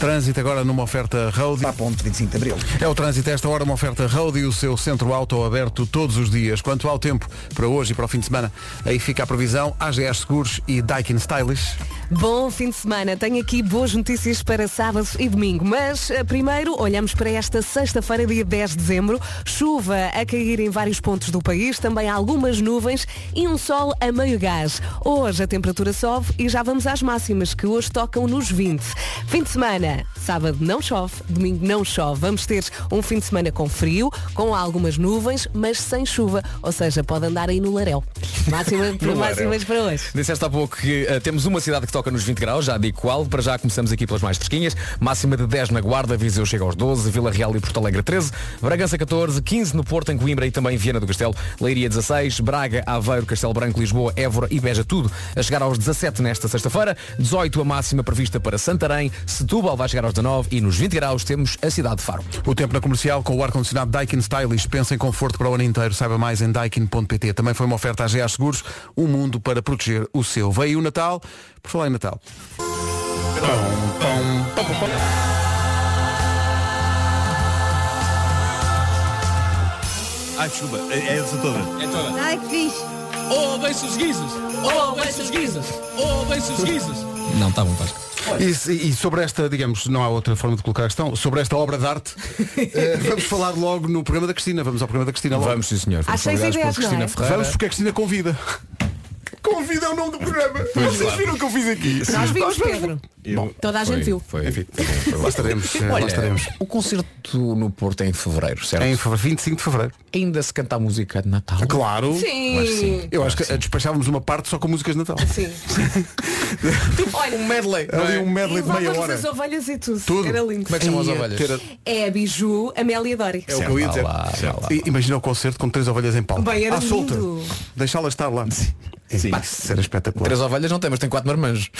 Trânsito agora numa oferta road. Para a ponte 25 de Abril. É o trânsito a esta hora, uma oferta road e o seu centro auto aberto todos os dias. Quanto ao tempo para hoje e para o fim de semana, aí fica a previsão AGS Seguros e Daikin Stylish. Bom fim de semana. Tenho aqui boas notícias para sábado e domingo. Mas eh, primeiro olhamos para esta sexta-feira, dia 10 de dezembro. Chuva a cair em vários pontos do país, também algumas nuvens e um sol a meio gás. Hoje a temperatura sobe e já vamos às máximas, que hoje tocam nos 20. Fim de semana, sábado não chove, domingo não chove. Vamos ter um fim de semana com frio, com algumas nuvens, mas sem chuva. Ou seja, pode andar aí no larel. Máxima, máximas para hoje. Disseste há pouco que eh, temos uma cidade que toca nos 20 graus, já digo qual, para já começamos aqui pelas mais fresquinhas. Máxima de 10 na Guarda, Viseu chega aos 12, Vila Real e Porto Alegre 13, Bragança 14, 15 no Porto, em Coimbra e também Viana do Castelo, Leiria 16, Braga, Aveiro, Castelo Branco, Lisboa, Évora e Beja, tudo a chegar aos 17 nesta sexta-feira, 18 a máxima prevista para Santarém, Setúbal vai chegar aos 19 e nos 20 graus temos a cidade de Faro. O tempo na comercial com o ar-condicionado Daikin Stylish. Pensa em conforto para o ano inteiro. Saiba mais em daikin.pt. Também foi uma oferta à GA Seguros, um mundo para proteger o seu. Veio o Natal, por falar em Natal. Ai, desculpa, é essa toda. Ai, que fixe. Ouvem-se Oh, os guizos. Ouvem-se os guizos. Ouvem-se os guizos. Não, está bom, Vasco. E, e sobre esta, digamos, não há outra forma de colocar a questão, sobre esta obra de arte, eh, vamos falar logo no programa da Cristina. Vamos ao programa da Cristina logo. Vamos, sim senhor. Fomos Às seis e convidados pela dez, não é? Cristina Ferreira. Vamos porque a Cristina convida. Convida é o nome do programa. Vocês viram o que eu fiz aqui? Nós vimos, Pedro. Toda a gente viu. Foi, foi, Lá estaremos. eh, lá Olha, é estaremos. o concerto no Porto é em fevereiro, certo? Em fevereiro, 25 de fevereiro. Ainda se canta a música de Natal. Claro. Sim. Eu acho que eh, despachávamos uma parte só com músicas de Natal. Sim. Um medley. Ali um medley de meia Levávamos hora. as ovelhas e tudo. Tudo. Era lindo. Como é que chamam as Ia ovelhas? ter a- É a Biju, Amélia Dori. É o que eu ia Vá dizer. lá, vá Certo. lá. I- Imagina o concerto com três ovelhas em palco. Bem, era à solta. lindo. Deixá-las estar lá. Sim. Epá, Isso era espetacular. Três ovelhas não tem, mas tem quatro marmanjos.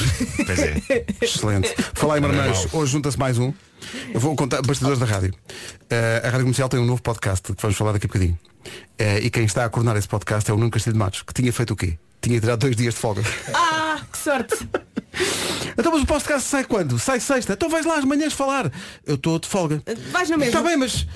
Pois é. Excelente. Falar em marmanjos, hoje junta-se mais um. Eu vou contar bastidores da rádio. Eh, a Rádio Comercial tem um novo podcast que vamos falar daqui a bocadinho. Eh, e quem está a coordenar esse podcast é o Nuno Castilho de Matos, que tinha feito o quê? Tinha tirado dois dias de folga. Ah, que sorte. Então, mas o podcast sai quando? Sai sexta. Então vais lá às manhãs falar. Eu estou de folga. Vais na mesma. Está bem, mas.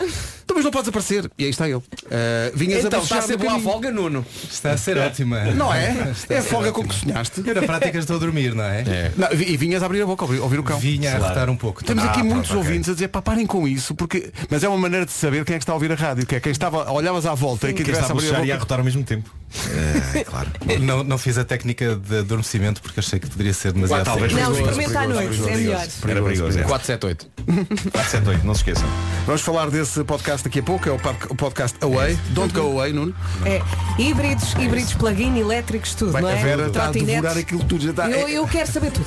Então, mas não podes aparecer. E aí está ele. Eh, vinhas Então, a está a beijar ser no boa a caminho. folga, Nuno. Está a ser ótima. Não é? É a folga com que sonhaste. Eu na prática estou a dormir, não é? Não, vi- e vinhas a abrir a boca, ouvir, ouvir o cão. Vinha a arrotar um pouco. Temos Ah, aqui pronto, muitos ok. ouvintes a dizer, pá, parem com isso, porque. Mas é uma maneira de saber quem é que está a ouvir a rádio, que é quem estava, olhavas à volta e quem Quem tivesse está a a abrir puxar e a a boca. arrotar ao mesmo tempo. Ah, claro. Não, não fiz a técnica de adormecimento porque achei que poderia ser demasiado talvez sério. Não, Perigoso, experimenta à noite, é melhor. Era perigoso, é. 478. 478, não se esqueçam. Vamos falar desse podcast daqui a pouco, é o, par- o podcast Away. Don't go away, Nuno. É. Híbridos, híbridos plug-in, elétricos, tudo, Bem, não a é? Vera está a Trotinetes. É, devorar aquilo tudo. Já está, Eu, é, eu quero saber tudo.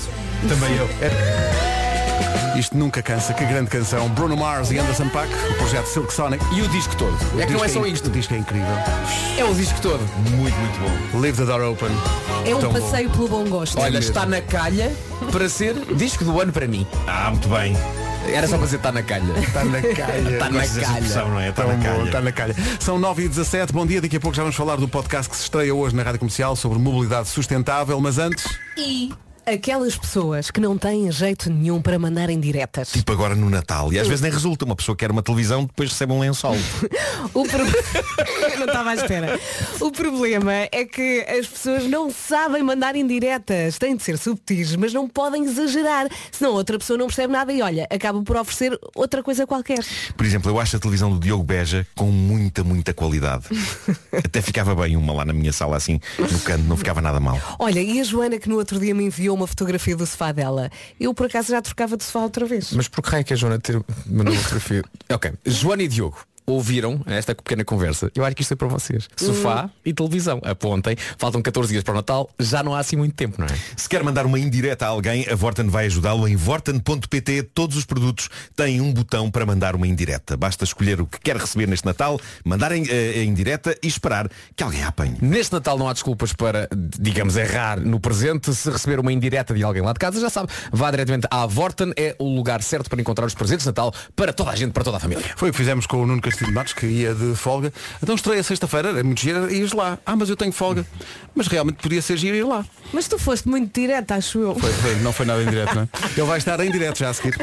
Também eu. Isto nunca cansa, que grande canção. Bruno Mars e Anderson Paak, o projeto Silk Sonic. E o disco todo. O É que não é disco só in- isto. O disco é incrível. É o disco todo. Muito, muito bom. Leave the door open. É um Tão bom. passeio pelo bom gosto. Olha, está na calha para ser disco do ano para mim. Ah, muito bem. Era só para dizer está Tá na calha. Está na calha. Está na Gosto dessa calha. Tá, expressão, não é? Está na calha. Está na calha. São 9 e 17 bom dia. Daqui a pouco já vamos falar do podcast que se estreia hoje na Rádio Comercial sobre mobilidade sustentável, mas antes. E aquelas pessoas que não têm jeito nenhum para mandarem diretas. Tipo agora no Natal. E às vezes nem resulta. Uma pessoa quer uma televisão, depois recebe um lençol. O pro- Eu não estava à espera. O problema é que as pessoas não sabem mandar indiretas. Têm de ser subtis, mas não podem exagerar. Senão outra pessoa não percebe nada e olha, acaba por oferecer outra coisa qualquer. Por exemplo, eu acho a televisão do Diogo Beja com muita, muita qualidade. Até ficava bem uma lá na minha sala, assim, no canto, não ficava nada mal. Olha, e a Joana que no outro dia me enviou uma fotografia do sofá dela. Eu por acaso já trocava de sofá outra vez. Mas por que é que a Joana ter mandou uma fotografia? ok. Joana e Diogo ouviram eh, esta pequena conversa. Eu acho que isto é para vocês. Sofá e televisão. Apontem. Faltam 14 dias para o Natal. Já não há assim muito tempo, não é? Se quer mandar uma indireta a alguém, a Vorten vai ajudá-lo em vorten.pt. Todos os produtos têm um botão para mandar uma indireta. Basta escolher o que quer receber neste Natal, mandar em- eh, a a indireta e esperar que alguém a apanhe. Neste Natal não há desculpas para, digamos, errar no presente. Se receber uma indireta de alguém lá de casa, já sabe, vá diretamente à Vorten. É o lugar certo para encontrar os presentes de Natal para toda a gente, para toda a família. Foi o que fizemos com o Nuno Castilho de Matos, que ia de folga. Então estreia sexta-feira, era muito gira, ias lá. Ah, mas eu tenho folga. Mas realmente podia ser giro ir lá. Mas tu foste muito direta, acho eu. Foi, foi, não foi nada em direto, não é? Ele vai estar em direto já a seguir.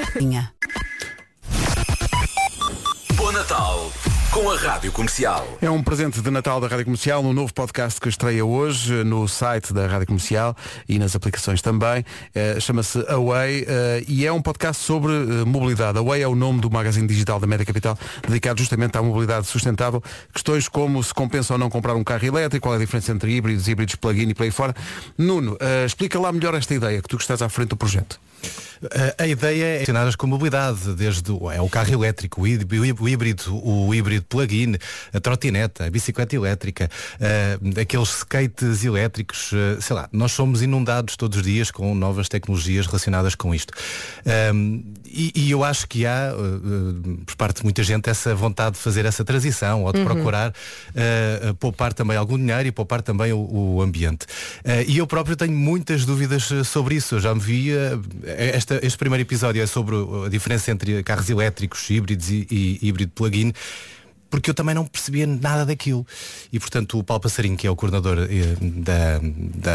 Bom Natal com a Rádio Comercial. É um presente de Natal da Rádio Comercial, um novo podcast que estreia hoje eh, no site da Rádio Comercial e nas aplicações também. Eh, Chama-se Away eh, e é um podcast sobre eh, mobilidade. Away é o nome do magazine digital da Média Capital, dedicado justamente à mobilidade sustentável. Questões como se compensa ou não comprar um carro elétrico, qual é a diferença entre híbridos, híbridos plug-in e por aí fora. Nuno, eh, explica lá melhor esta ideia, que tu que estás à frente do projeto. A- A ideia é relacionar as com mobilidade, desde o, é, o carro elétrico, o hí- o hí- o híbrido, o híbrido plug-in, a trotineta, a bicicleta elétrica, ah, aqueles skates elétricos, ah, sei lá, nós somos inundados todos os dias com novas tecnologias relacionadas com isto. Ahm, e, e eu acho que há, ah, ah, por parte de muita gente, essa vontade de fazer essa transição ou de Uhum. procurar ah, ah, poupar também algum dinheiro e poupar também o, o ambiente. Ah, e eu próprio tenho muitas dúvidas ah, sobre isso. Eu já me vi. ah, esta- este primeiro episódio é sobre o- a diferença entre carros elétricos, híbridos e, e híbrido plug-in. Porque eu também não percebia nada daquilo. E portanto o Paulo Passarinho, que é o coordenador eh, da,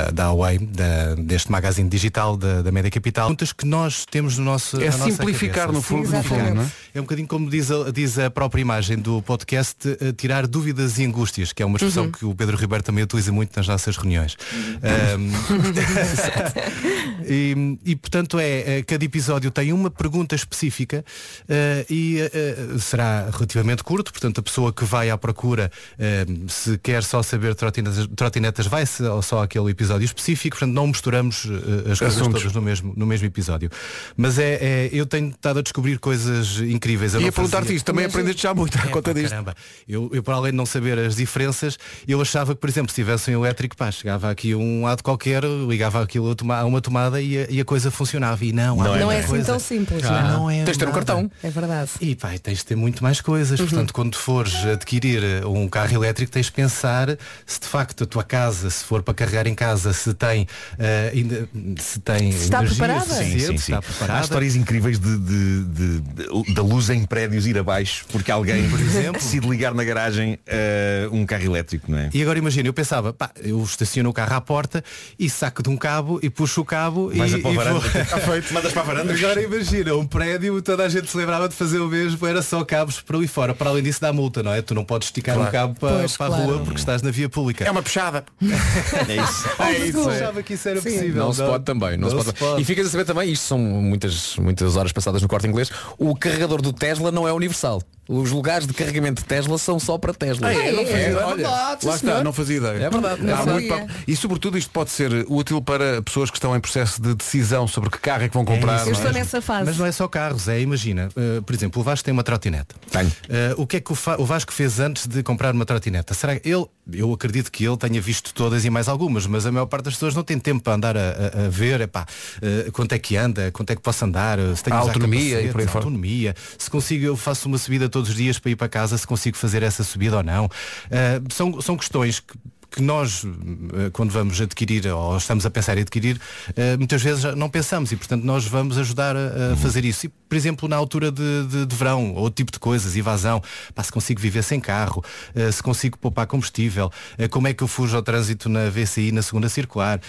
da, da Huawei, da- deste magazine digital da, da Média Capital, perguntas que nós temos no nosso. É na nossa simplificar, cabeça. no fundo, no fundo, Exatamente. não é? É um bocadinho como diz a, diz a própria imagem do podcast, eh, tirar dúvidas e angústias, que é uma expressão Uhum. que o Pedro Ribeiro também utiliza muito nas nossas reuniões. Ahm, e, e, portanto é, eh, cada episódio tem uma pergunta específica eh, e eh, eh, será relativamente curto, portanto a pessoa que vai à procura, eh, se quer só saber trotinetas, trotinetas vai-se ao- só àquele episódio específico, portanto não misturamos eh, as coisas Assuntos. todas no mesmo, no mesmo episódio. Mas é, é- eu tenho estado a descobrir coisas incríveis. Eu Ia não perguntar-te fazia. isto, também Mas- aprendeste já muito à É Epá, conta disto. Caramba, eu, eu, por além de não saber as diferenças, eu achava que, por exemplo, se tivesse um elétrico, pá, chegava aqui um lado qualquer, ligava aquilo a, toma- a uma tomada e a, e a coisa funcionava. E não, há Não, muita é, assim coisa. tão simples. Ah, não. não é um nada. É verdade. E pá, e tens de ter muito mais Uhum. coisas. Portanto, quando fores adquirir eh, um carro elétrico, tens de pensar se de facto a tua casa, se for para carregar em casa, se tem, eh, ainda, se tem Se está energia preparada. suficiente, Sim, sim, se sim. está preparada. Há histórias incríveis de, de- de- de- da luz em prédios ir abaixo porque alguém Por exemplo? decide ligar na garagem eh, um carro elétrico, não é? E agora imagina, eu pensava, pá, eu estaciono o carro à porta e saco de um cabo e puxo o cabo Vais e, para a e varanda. Está feito. Mandas para a varanda. Agora imagina, um prédio, toda a gente se lembrava de fazer o mesmo, era só cabos para ali fora. Para além disso dá multa, não é? Tu não podes esticar Claro. um cabo para, Pois, para a claro. rua porque estás na via pública. É uma puxada. É isso. É isso, eu achava que isso era possível. Não se pode também, não, se pode. E ficas a saber também, isto são muitas, muitas horas passadas no corte inglês, o carregador do Tesla não é universal. Os lugares de carregamento de Tesla são só para Tesla. Ah, é? Não fazia ideia. olha, Lá está, não fazia ideia. É verdade. Há Não sabia. muito papo. E sobretudo isto pode ser útil para pessoas que estão em processo de decisão sobre que carro é que vão comprar. isso não é? mesmo. Mas não é só carros, é, imagina, eh, por exemplo, o Vasco tem uma trotinete. Tem. o que é que o, fa- Va- o Vasco fez antes de comprar uma trotineta. Será que ele, eu acredito que ele tenha visto todas e mais algumas, mas a maior parte das pessoas não tem tempo para andar a, a- a ver epá, eh, quanto é que anda, quanto é que posso andar, eh, se tenho A que usar autonomia e capacetes, por aí fora. autonomia, se consigo, eu faço uma subida todos os dias para ir para casa, se consigo fazer essa subida ou não. Eh, são, são questões que que nós, eh, quando vamos adquirir ou estamos a pensar em adquirir, eh, muitas vezes já não pensamos e, portanto, nós vamos ajudar a, a fazer isso. E, por exemplo, na altura de, de, de verão, outro tipo de coisas, evasão, pá, se consigo viver sem carro, eh, se consigo poupar combustível, eh, como é que eu fujo ao trânsito na VCI, na segunda circular,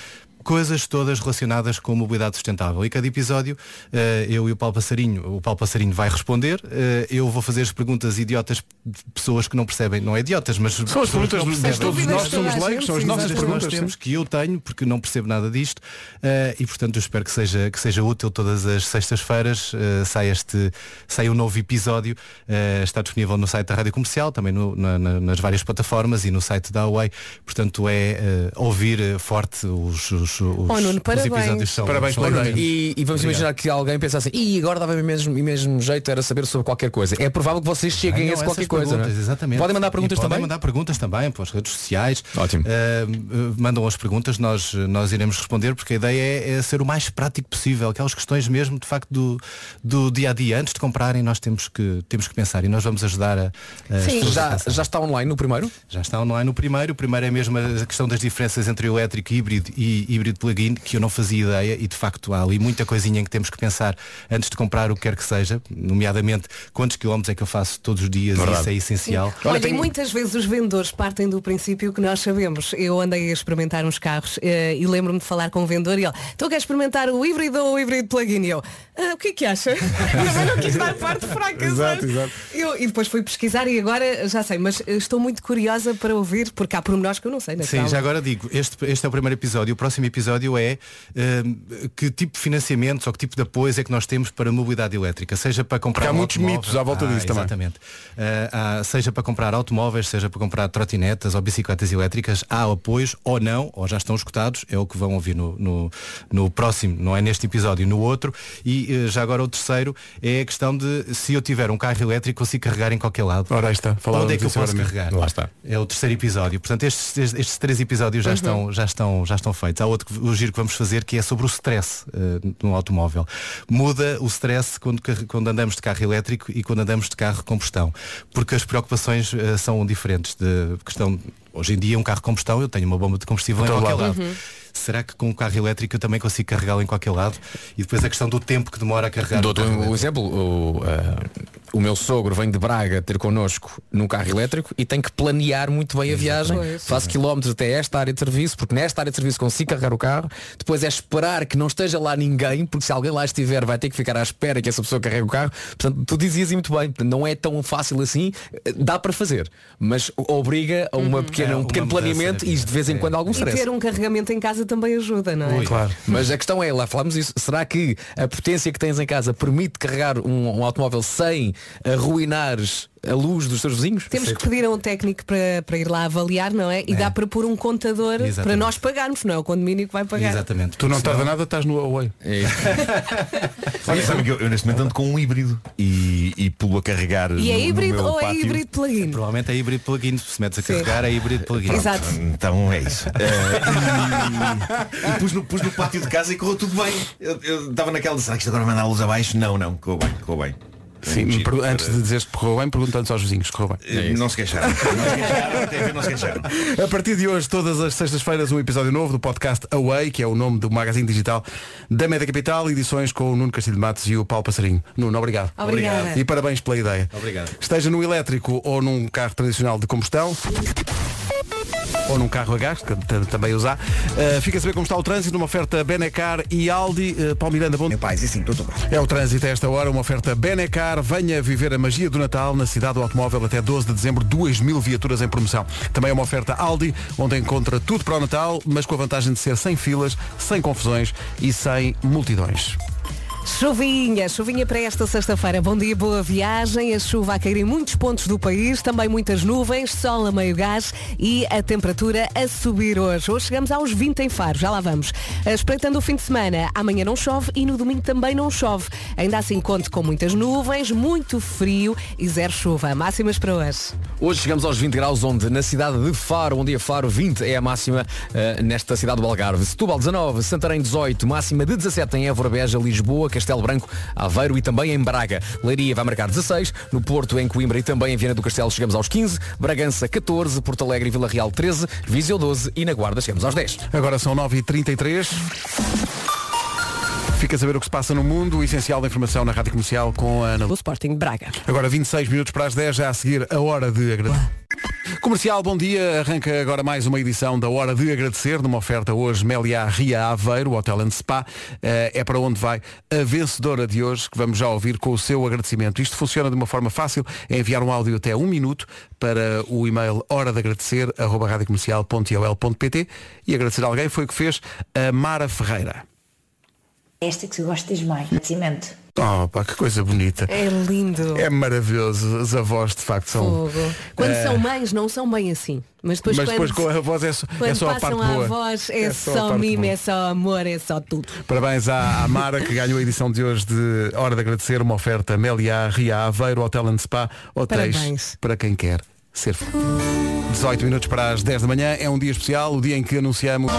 coisas todas relacionadas com mobilidade sustentável. E cada episódio, eh, eu e o Paulo Passarinho, o Paulo Passarinho vai responder, eh, eu vou fazer as perguntas idiotas de pessoas que não percebem, não é idiotas, mas São as perguntas de- de todos nós, As dúvidas de somos toda a leigos, gente, são as sim, nossas As perguntas, temos sim. que eu tenho, porque não percebo nada disto, eh, e portanto eu espero que seja, que seja útil todas as sextas-feiras, eh, sai este, sai um novo episódio, eh, está disponível no site da Rádio Comercial, também no- na- na- nas várias plataformas e no site da Huawei, portanto é eh, ouvir eh, forte os, os, os, Oh, Nuno, os parabéns. episódios são são Nuno. ótimos. E, e vamos Obrigado. imaginar que alguém pensa assim, e agora dava mesmo, e mesmo jeito era saber sobre qualquer coisa. É provável que vocês cheguem a Tenham esse essas qualquer coisa. perguntas, não é? Exatamente. Podem mandar E perguntas podem também. mandar perguntas também pelas redes sociais. Ótimo. mandam as perguntas, nós, nós iremos responder porque a ideia é, é ser o mais prático possível. Aquelas questões mesmo, de facto, do, do dia a dia. Antes de comprarem, nós temos que, temos que pensar e nós vamos ajudar a. a Sim. Já- já está online no primeiro? Já está online no primeiro. O primeiro é mesmo a questão das diferenças entre o elétrico e híbrido e híbrido plug-in, que eu não fazia ideia e de facto há ali muita coisinha em que temos que pensar antes de comprar o que quer que seja, nomeadamente quantos quilómetros é que eu faço todos os dias Verdade. e isso é essencial. Olha, e muitas vezes os vendedores partem do princípio que nós sabemos. Eu andei a experimentar uns carros eh, e lembro-me de falar com um vendedor e ele, tu queres experimentar o híbrido ou o híbrido plug-in? E eu, "Ah, o que é que acha? Também não quis dar parte fraca. Exato, sabe? exato. Eu, e depois fui pesquisar e agora já sei, mas eh, estou muito curiosa para ouvir, porque há pormenores que eu não sei. né, Sim, já agora digo, este, este é o primeiro episódio, o próximo episódio é hum, que tipo de financiamentos ou que tipo de apoios é que nós temos para a mobilidade elétrica, seja para comprar Porque há um muitos automóvel- mitos à volta Ah, disso também. Exatamente. Ah, há- seja para comprar automóveis, seja para comprar trotinetas ou bicicletas elétricas, há apoios ou não, ou já estão escutados, é o que vão ouvir no, no, no próximo, não é neste episódio, no outro. E eh, já agora o terceiro é a questão de se eu tiver um carro elétrico, consigo carregar em qualquer lado. Ora, aí está. Falávamos Onde é que eu disso posso agora mesmo. carregar? Lá está. É o terceiro episódio. Portanto, estes, estes- estes três episódios já, Uhum. estão, já, estão, já estão feitos. Há outro que- o giro que vamos fazer que é sobre o stress eh, no automóvel. Muda o stress quando, car- quando andamos de carro elétrico e quando andamos de carro de combustão. Porque as preocupações eh, são diferentes. De questão, hoje em dia um carro de combustão, eu tenho uma bomba de combustível em Em todo qualquer lado. lado. Uhum. Será que com o carro elétrico eu também consigo carregá-lo em qualquer lado? E depois a questão do tempo que demora a carregar. Dou-te um exemplo, o, ah, o meu sogro vem de Braga ter connosco num carro elétrico e tem que planear muito bem a viagem. Faço quilómetros até esta área de serviço, porque nesta área de serviço consigo carregar o carro. Depois é esperar que não esteja lá ninguém, porque se alguém lá estiver vai ter que ficar à espera que essa pessoa carregue o carro. Portanto, tu dizias e muito bem, portanto, não é tão fácil assim, dá para fazer, mas obriga a Uhum. uma pequena, um pequeno planeamento e de vez em quando algum E stress. ter um carregamento em casa também ajuda, não é? Ui. Mas a questão é, lá falámos isso, será que a potência que tens em casa permite carregar um, um automóvel sem arruinares a luz dos teus vizinhos? Temos que pedir a um técnico para, para ir lá avaliar, não é? E dá para pôr um contador Exatamente. para nós pagarmos, não é? O condomínio que vai pagar. Tu não Senão- tarda nada, estás no Huawei. Olha, sabem que eu, eu neste momento ando com um híbrido e, e pulo a carregar. E é no- no híbrido meu ou é pátio. híbrido plug-in? Provavelmente é híbrido plug-in, se metes a Sim. carregar é híbrido plug-in. Exato. Então é isso. Eh, e e pus, no, pus no pátio de casa e correu tudo bem. Eu- Eu estava naquela de será que isto agora manda a luz abaixo? Não, não, correu bem, correu bem. Sim, me pergu- antes de dizeres que correu bem, pergunta-lhes aos vizinhos, correu bem. Eh, não se queixaram. Não se queixaram, até a ver, não se queixaram. A partir de hoje, todas as sextas-feiras, um episódio novo do podcast Away, que é o nome do magazine digital da Meta Capital, edições com o Nuno Castilho de Matos e o Paulo Passarinho. Nuno, obrigado. Obrigada. E parabéns pela ideia. Obrigado. Esteja no elétrico ou num carro tradicional de combustão ou num carro a gás, que t- também usar. Uh, fica a saber como está o trânsito, uma oferta Benecar e Aldi. Uh, Paulo Miranda, bom dia. Paz, e sim, tudo bom. É o trânsito a esta hora, uma oferta Benecar. Venha viver a magia do Natal na cidade do automóvel até 12 de dezembro, 2 mil viaturas em promoção. Também é uma oferta Aldi, onde encontra tudo para o Natal, mas com a vantagem de ser sem filas, sem confusões e sem multidões. Chuvinha, chuvinha para esta sexta-feira. Bom dia, boa viagem. A chuva a cair em muitos pontos do país, também muitas nuvens, sol a meio gás e a temperatura a subir hoje. Hoje chegamos aos 20 em Faro, já lá vamos. Eh, Espreitando o fim de semana, amanhã não chove e no domingo também não chove. Ainda assim conto com muitas nuvens, muito frio e zero chuva. Máximas para hoje. Hoje chegamos aos 20 graus, onde na cidade de Faro, onde é Faro, 20 é a máxima eh, nesta cidade do Algarve. Setúbal 19, Santarém 18, máxima de 17 em Évora Beja, Lisboa, Castelo Branco, Aveiro e também em Braga. Leiria vai marcar 16, no Porto, em Coimbra e também em Viana do Castelo chegamos aos 15, Bragança 14, Porto Alegre e Vila Real 13, Viseu 12 e na Guarda chegamos aos 10. Agora são 9h33. Fica a saber o que se passa no mundo, o essencial da informação na Rádio Comercial com a Ana. O Sporting Braga. Agora 26 minutos para as 10, já a seguir a hora de agradecer. Comercial, bom dia. Arranca agora mais uma edição da Hora de Agradecer, numa oferta hoje Meliá Ria Aveiro, Hotel and Spa. Eh, É para onde vai a vencedora de hoje, que vamos já ouvir com o seu agradecimento. Isto funciona de uma forma fácil, é enviar um áudio até um minuto para o e-mail hora de agradecer, arroba radiocomercial.iol.pt e agradecer a alguém foi o que fez a Mara Ferreira. Esta que tu gostas mais, cimento. Oh, pá, que coisa bonita. É lindo. É maravilhoso. As avós, de facto, são. Fogo. Quando Eh, são mães, não são bem assim. Mas depois, mas quando, depois com a voz é só, quando é só a parte passam boa. à voz, é, É só só, a parte mimo, boa. é só amor, é só tudo. Parabéns à, à Mara que ganhou a edição de hoje de Hora de Agradecer, uma oferta Meliá, Ria Aveiro, Hotel and Spa, hotéis Parabéns. para quem quer ser feliz. 18 minutos para as 10 da manhã, é um dia especial, o dia em que anunciamos.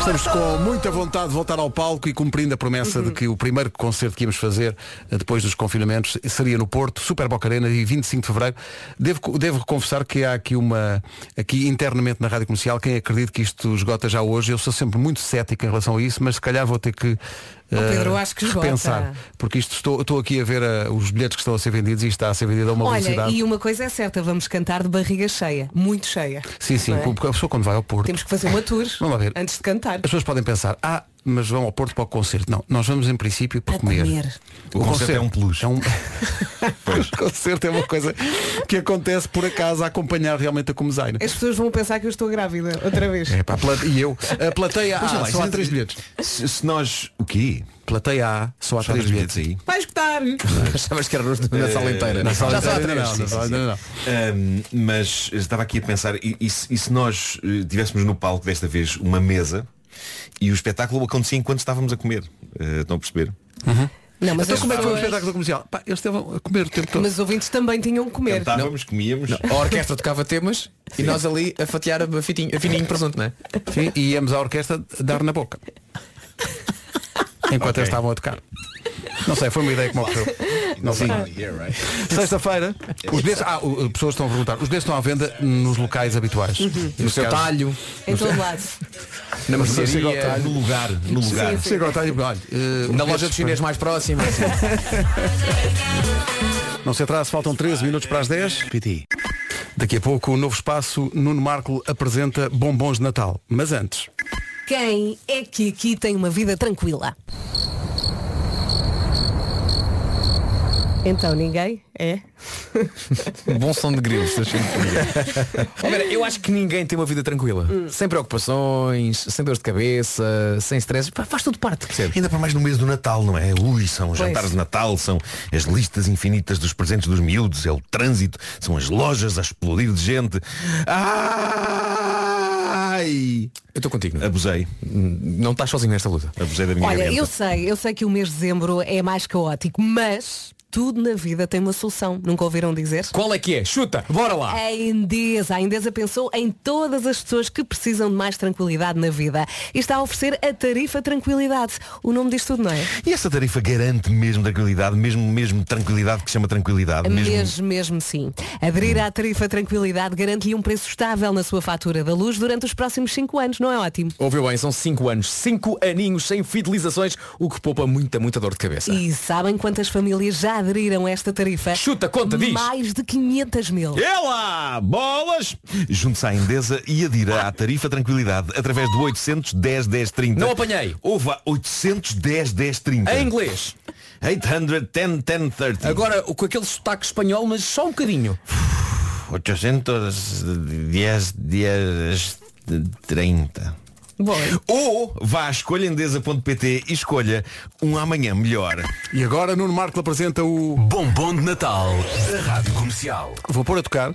Estamos com muita vontade de voltar ao palco e cumprindo a promessa Uhum. de que o primeiro concerto que íamos fazer eh, depois dos confinamentos seria no Porto, Super Boca Arena, e 25 de Fevereiro. Devo, co- devo confessar que há aqui uma, aqui internamente na Rádio Comercial, quem acredita que isto esgota já hoje, eu sou sempre muito cético em relação a isso, mas se calhar vou ter que eh, Oh, Pedro, eu acho que esgota. repensar, porque isto estou, estou aqui a ver eh, os bilhetes que estão a ser vendidos e está a ser vendido a uma Olha, velocidade. e uma coisa é certa, vamos cantar de barriga cheia, muito cheia. Sim, sim, Não é? porque a pessoa quando vai ao Porto. Temos que fazer uma tour Vamos lá ver. antes de cantar. As pessoas podem pensar, ah, mas vão ao Porto para o concerto. Não, nós vamos em princípio para comer. comer. O concerto é um plus. o concerto é uma coisa que acontece por acaso a acompanhar realmente a comezaina. As pessoas vão pensar que eu estou grávida outra vez. É, pá, plat- E eu, a plateia Mas, A, olha lá, só há se- três bilhetes. Se, se nós. O quê? Plateia A, só há três bilhetes é? aí. Vai escutar. Achavas que era Eh, Na sala Já só há inteira três, não, sim, na sim, sala sim. inteira não. Ahm, mas estava aqui a pensar, e, e se, e se nós eh, tivéssemos no palco desta vez uma mesa e o espetáculo acontecia enquanto estávamos a comer? Eh, estão a perceber? Não, mas Então as como é que foi o pessoas- espetáculo comercial? Pá, eles estavam a comer o tempo todo. Mas os ouvintes também tinham que comer. Cantávamos, comíamos. A orquestra tocava temas e nós ali a fatiar a fitinho, a fininho presunto, não é? Sim, e íamos à orquestra dar na boca. Enquanto Ok. eles estavam a tocar. Não sei, foi uma ideia que me ocorreu. Não sei. Sexta-feira, os bilhetes, ah, o- as pessoas estão a perguntar, os bilhetes estão à venda nos locais habituais. Uhum. Nos seu casos- talho. Em todo lado. Na mercearia, Chega ao talho. no lugar, no Sim, lugar. sim. Chega ao talho, olha, eh, Na os loja bilhetes de chinês para- mais próxima. Não se atrase, faltam 13 minutos para as 10. Daqui a pouco o novo espaço Nuno Marco apresenta bombons de Natal. Mas antes, Quem é que aqui tem uma vida tranquila? Então ninguém? É? Um Bom som de grilos. estás sempre- Oh, Vera, eu acho que ninguém tem uma vida tranquila. Hum. Sem preocupações, sem dores de cabeça, sem stress. Pá, Faz tudo parte, percebes? Ainda para mais no mês do Natal, não é? Ui, são os Pois. jantares de Natal, são as listas infinitas dos presentes dos miúdos, é o trânsito, são as lojas a explodir de gente. Ah, Ai! Eu estou contigo. é? Abusei. Não estás sozinho nesta luta. Abusei da minha Olha, garganta. eu sei, eu sei que o mês de dezembro é mais caótico, mas tudo na vida tem uma solução. Nunca ouviram dizer? Qual é que é? Chuta, bora lá! A Endesa. A Endesa pensou em todas as pessoas que precisam de mais tranquilidade na vida e está a oferecer a tarifa tranquilidade. O nome diz tudo, não é? E essa tarifa garante mesmo tranquilidade, mesmo, mesmo tranquilidade que se chama tranquilidade, mesmo. Mesmo, mesmo sim. Aderir à tarifa tranquilidade garante-lhe um preço estável na sua fatura da luz durante os próximos 5 anos, não é ótimo? Ouviu bem, são 5 anos, 5 aninhos sem fidelizações, o que poupa muita, muita dor de cabeça. E sabem quantas famílias já aderiram a esta tarifa? Chuta, conta, diz. Mais de 500 mil. Ela! Bolas! Junte-se à Endesa e adira à tarifa tranquilidade através do 810 10 30. Não apanhei. Ouve 810 10 30. Em inglês. 810 10 30. Agora, com aquele sotaque espanhol, mas só um bocadinho. 810 10 30. Ou vá a escolhendesa.pt e escolha um amanhã melhor. E agora Nuno Marco apresenta o Bombom de Natal. Da Rádio Comercial. Vou pôr a tocar. eh,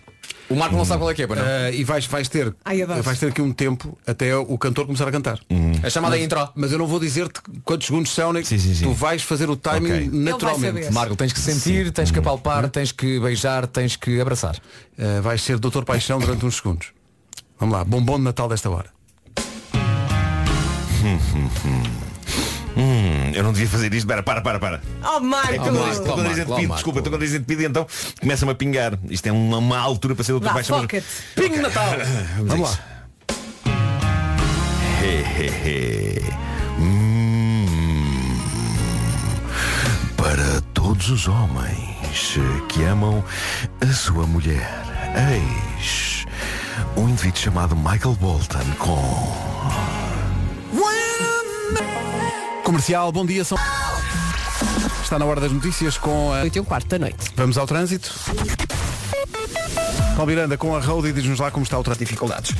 O Marco não sabe qual é que é, pois não? e vais, vais ter Ai, adoro. vais ter aqui um tempo até o cantor começar a cantar. A É chamada mas, intro. Mas eu não vou dizer-te quantos segundos são, né? tu vais fazer o timing Ok. naturalmente. Marco, tens que sentir, tens que apalpar, tens que beijar, tens que abraçar. Uh, vais ser Doutor Paixão durante uns segundos. Vamos lá, bombom de Natal desta hora. Hum, hum, hum. Hum, eu não devia fazer isto. Para, para, para, para. Oh, É Marco! quando eu disse- quando eu disse de pedido, desculpa, estou quando eu disse de pedido, então começa-me a pingar. Isto é uma, uma altura para ser doutor Vá, paixão. mas- foca-te. Pingo Natal! Vamos lá. He, he, he. Hum. Para todos os homens que amam a sua mulher, eis um indivíduo chamado Michael Bolton com. Comercial, bom dia, são. Está na hora das notícias com a. 8 e um quarto da noite. Vamos ao trânsito. Paulo Miranda com a Roadie diz-nos lá como está o trânsito. Dificuldades.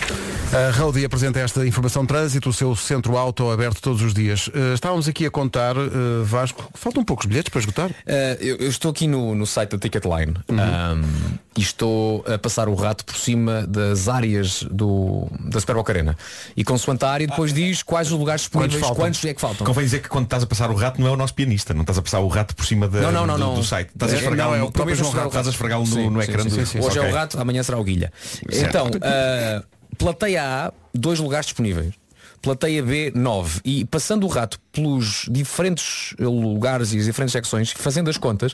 A Roadie apresenta esta informação de trânsito, o seu centro auto aberto todos os dias. Eh, estávamos aqui a contar, eh, Vasco, que faltam poucos bilhetes para esgotar. Uh, eu, eu estou aqui no, no site da Ticketline Uhum. um, e estou a passar o rato por cima das áreas do, da Super Boca Arena. E consoante a Ah. área depois diz quais os lugares disponíveis, quantos, é que faltam. Convém dizer que quando estás a passar o rato não é o nosso pianista, não estás a passar o rato por cima da, Não, não, não, do, não. do site. Estás a um- É, esfregá-lo não, é no- o próprio João Rato. Estás a esfregá-lo Sim, no, no sim, ecrã sim, do sim, sim. Hoje é o Ok. rato, amanhã será o Guilha. Certo. Então, ah, plateia A, dois lugares disponíveis. Plateia B, 9. E passando o rato pelos diferentes lugares e as diferentes secções, fazendo as contas,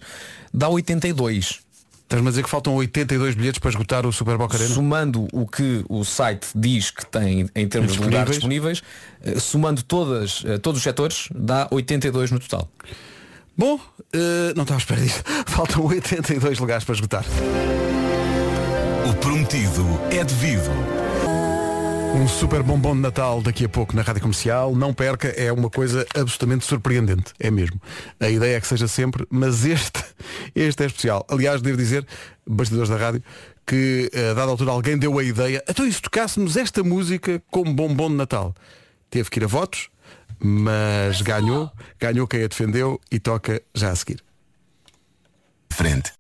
dá 82. Estás-me a dizer que faltam 82 bilhetes para esgotar o Super Boca Arena? Somando o que o site diz que tem em termos de lugares disponíveis, eh, somando todas, eh, todos os setores, dá 82 no total. Bom, eh, não estava à espera disso. Faltam 82 lugares para esgotar. O prometido é devido. Um super bombom de Natal daqui a pouco na Rádio Comercial. Não perca, é uma coisa absolutamente surpreendente. É mesmo. A ideia é que seja sempre, mas este, este é especial. Aliás, devo dizer, bastidores da rádio, que a dada altura alguém deu a ideia, então e se tocássemos esta música como bombom de Natal? Teve que ir a votos, mas ganhou, ganhou quem a defendeu e toca já a seguir. Frente.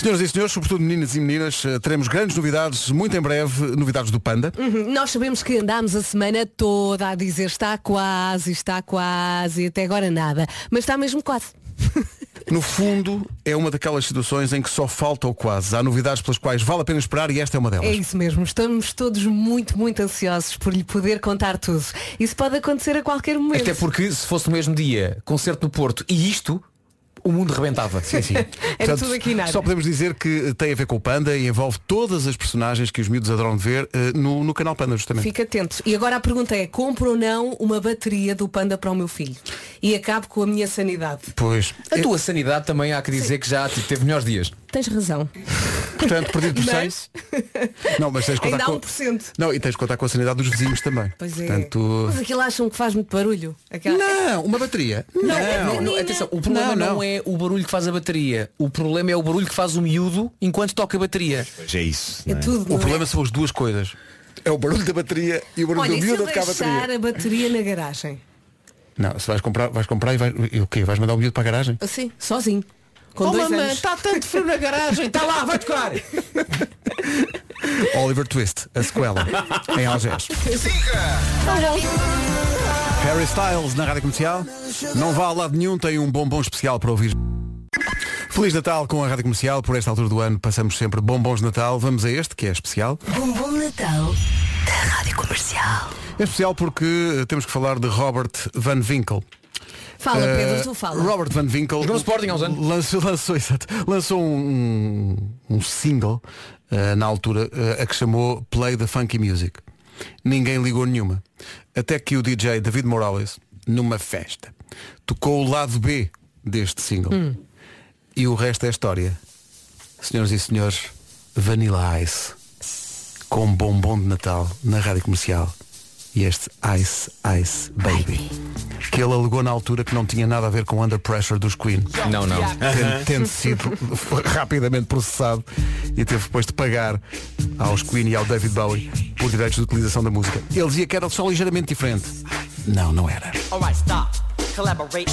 Senhoras e senhores, sobretudo meninas e meninas, eh, teremos grandes novidades, muito em breve, novidades do Panda. Uhum, Nós sabemos que andámos a semana toda a dizer está quase, está quase, até agora nada. Mas está mesmo quase. No fundo, é uma daquelas situações em que só falta o quase. Há novidades pelas quais vale a pena esperar e esta é uma delas. É isso mesmo, estamos todos muito, muito ansiosos por lhe poder contar tudo. Isso pode acontecer a qualquer momento. Até porque se fosse no mesmo dia, concerto no Porto e isto, o mundo rebentava. Sim, sim. Era Portanto, É tudo aqui e nada. Só podemos dizer que eh, tem a ver com o Panda e envolve todas as personagens que os miúdos adoram ver eh, no, no canal Panda, justamente. Fica atento. E agora a pergunta é, compro ou não uma bateria do Panda para o meu filho? E acabo com a minha sanidade. Pois. A tua sanidade também há que dizer que já tipo, teve melhores dias. Tens razão. Portanto, perdido por Mas- 6. Não, mas tens de contar Ainda há com... 1%. Não, e tens de contar com a sanidade dos vizinhos também. Pois é. Portanto, Mas aquilo acham que faz muito barulho. Aquela- Não, uma bateria. não, não, atenção, o problema não, é o barulho que faz a bateria. O problema é o barulho que faz o miúdo enquanto toca a bateria. Pois é isso. É não é? tudo, não O é? problema são as duas coisas. É o barulho da bateria e o barulho Olha, do e se miúdo eu a tocar a bateria. deixar a bateria na garagem? Não, se vais comprar, vais comprar e vais. E o quê? Vais mandar o miúdo para a garagem? Assim, tá sozinho. Com Oh, dois mamãe, anos. está tanto frio na garagem, tá está lá, vai tocar! Oliver Twist, a sequela, em Algés. Harry Styles na rádio comercial. Não vá a lado nenhum, tem um bombom especial para ouvir. Feliz Natal com a rádio comercial. Por esta altura do ano passamos sempre bombons de Natal. Vamos a este, que é especial. Bombom de Um Natal da Rádio Comercial. É especial porque eh, temos que falar de Robert Van Winkle. Fala, Eh, Pedro, tu fala. Robert Van Winkle Jogou no Sporting há uns anos. lançou, lançou, exato, lançou um, um- um single eh, na altura eh, a que chamou Play the Funky Music. Ninguém ligou nenhuma. Até que o DJ David Morales, numa festa, tocou o lado B deste single. Hum. E o resto é história. Senhoras e senhores, um Vanilla Ice com bombom de Natal na rádio comercial. e este Ice Ice Baby. Que ele alegou na altura que não tinha nada a ver com Under Pressure dos Queen. Não, não. Tendo, tendo sido rapidamente processado e teve depois de pagar aos Queen e ao David Bowie por direitos de utilização da música. Ele dizia que era só ligeiramente diferente. Não, não era. Alright, stop. Collaborate.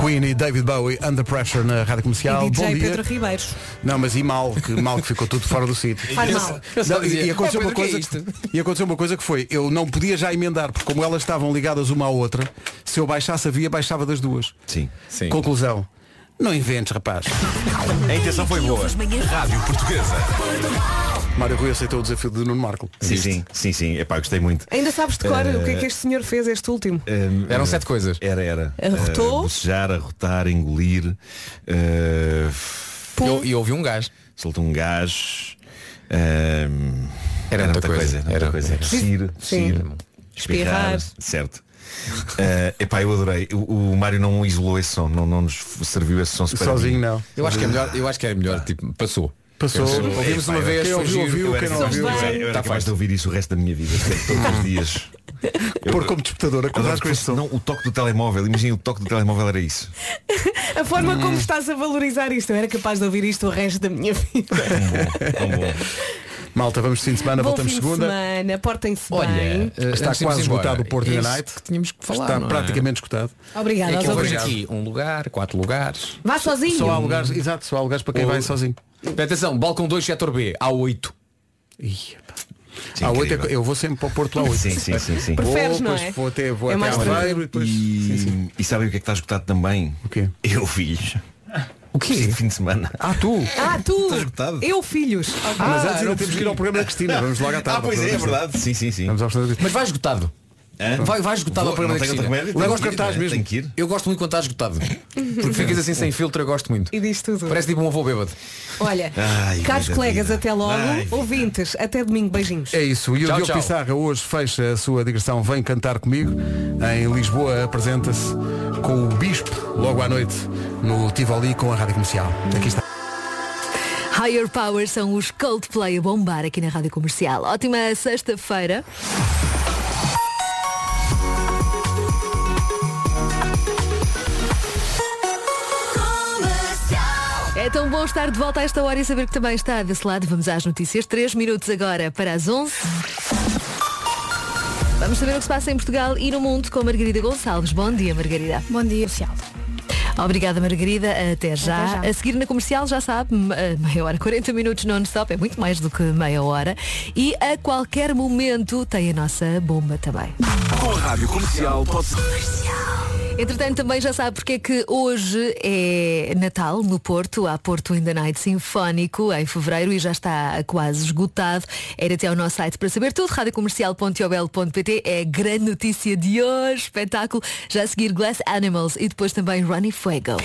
Queen e David Bowie, Under Pressure na Rádio Comercial. E Bom DJ dia. Pedro Ribeiros. Não, mas e mal, que mal que ficou tudo fora do sítio. Faz mal. Não, Só e, dizia, aconteceu "Oh, uma Pedro, coisa, o que é e aconteceu uma coisa que foi, eu não podia já emendar, porque como elas estavam ligadas uma à outra, se eu baixasse a via, baixava das duas. Sim. Sim. Conclusão. Não inventes, rapaz. A intenção foi boa. Rádio Portuguesa. Mário Rui aceitou o desafio de Nuno Marco. Sim, sim, sim, sim. Epá, gostei muito. Ainda sabes de cor Eh, o que é que este senhor fez, este último. É. eh, Eram eh, sete coisas. Era, era. Arrotou. Eh, Bocejar, arrotar, engolir. ehm, Eu- E houve um gás. Soltou um gás. eh, era, muita coisa. era muita coisa. Tossir, Sim. tossir, Espirrar. Certo. Eh, epá, eu adorei. O, o Mário não isolou esse som, não, não nos serviu esse som separado. Sozinho, não. Eu acho que é melhor, eu acho que é melhor, tipo, passou. Passou. Eu- Ouvimos Epá, uma eu- vez, quem foi ouviu, giro. ouviu, Eu era quem não capaz de ouviu, ouvir. eu era Tá capaz feito. de ouvir isso o resto da minha vida, sempre, todos os dias. Pôr como despertador, acordar com isso. Não, o toque do telemóvel, imagina o toque do telemóvel era isso. A forma Hum. como estás a valorizar isto. Eu era capaz de ouvir isto o resto da minha vida. Malta, vamos de fim de semana, Bom voltamos fim segunda. de semana, portem-se é bem. eh, está antes de irmos quase embora, esgotado o Porto é in the isso Night. que tínhamos que falar, está não é? praticamente esgotado. Obrigada, é que aos eu vejo ouvintes. aqui um lugar, quatro lugares. Vá sozinho. Só há lugares, exato, só há lugares para quem O- vai sozinho. Atenção, balcão 2, setor B, há 8. Há oito, é- eu vou sempre para o Porto lá 8. Sim, sim, sim, sim. vou, não depois é? vou até, vou É até mais Aveiro e depois. E, e sabem o que é que está esgotado também? O quê? Eu fiz. O quê? Este fim de semana. Ah, tu? Ah, tu! Está esgotado. Eu, filhos. Ah, mas antes ainda temos que ir ao programa da Cristina. Vamos logo à tarde. Ah, pois é, é verdade. Sim, sim, sim. Vamos ao programa da Cristina. Mas vai esgotado. Vai, vai esgotado Vou- ao programa não tenho da Cristina. outro remédio, Eu tenho gosto que ir, cartaz né? mesmo. Tenho que ir. Eu gosto muito quando está esgotado. Porque ficas assim sem filtro, eu gosto muito. E diz tudo. Parece tipo um avô bêbado. Olha, Ai, caros vida, colegas, vida. até logo. Ai, Ouvintes, até domingo. Beijinhos. É isso, e o Tchau, Diogo tchau. Pissarra hoje fecha a sua digressão Vem Cantar Comigo Em Lisboa apresenta-se com o Bispo Logo à noite no Tivoli com a Rádio Comercial Aqui está Higher Power são os Coldplay a bombar aqui na Rádio Comercial. Ótima sexta-feira. É tão bom estar de volta a esta hora e saber que também está desse lado. Vamos às notícias. 3 minutos agora para as 11. Vamos saber o que se passa em Portugal e no mundo com Margarida Gonçalves. Bom dia, Margarida. Bom dia, social. Obrigada, Margarida. Até já. Até já. A seguir na comercial, já sabe, me- eh, meia hora, 40 minutos non-stop, é muito mais do que meia hora. E a qualquer momento tem a nossa bomba também. Com a Rádio Comercial pode Entretanto, também já sabe porque é que hoje é Natal no Porto, há Porto in the Night Sinfónico em Fevereiro e já está quase esgotado. Era até ao nosso site para saber tudo, radiocomercial.iobel.pt é a grande notícia de hoje, espetáculo. Já a seguir Glass Animals e depois também Runny Fuego.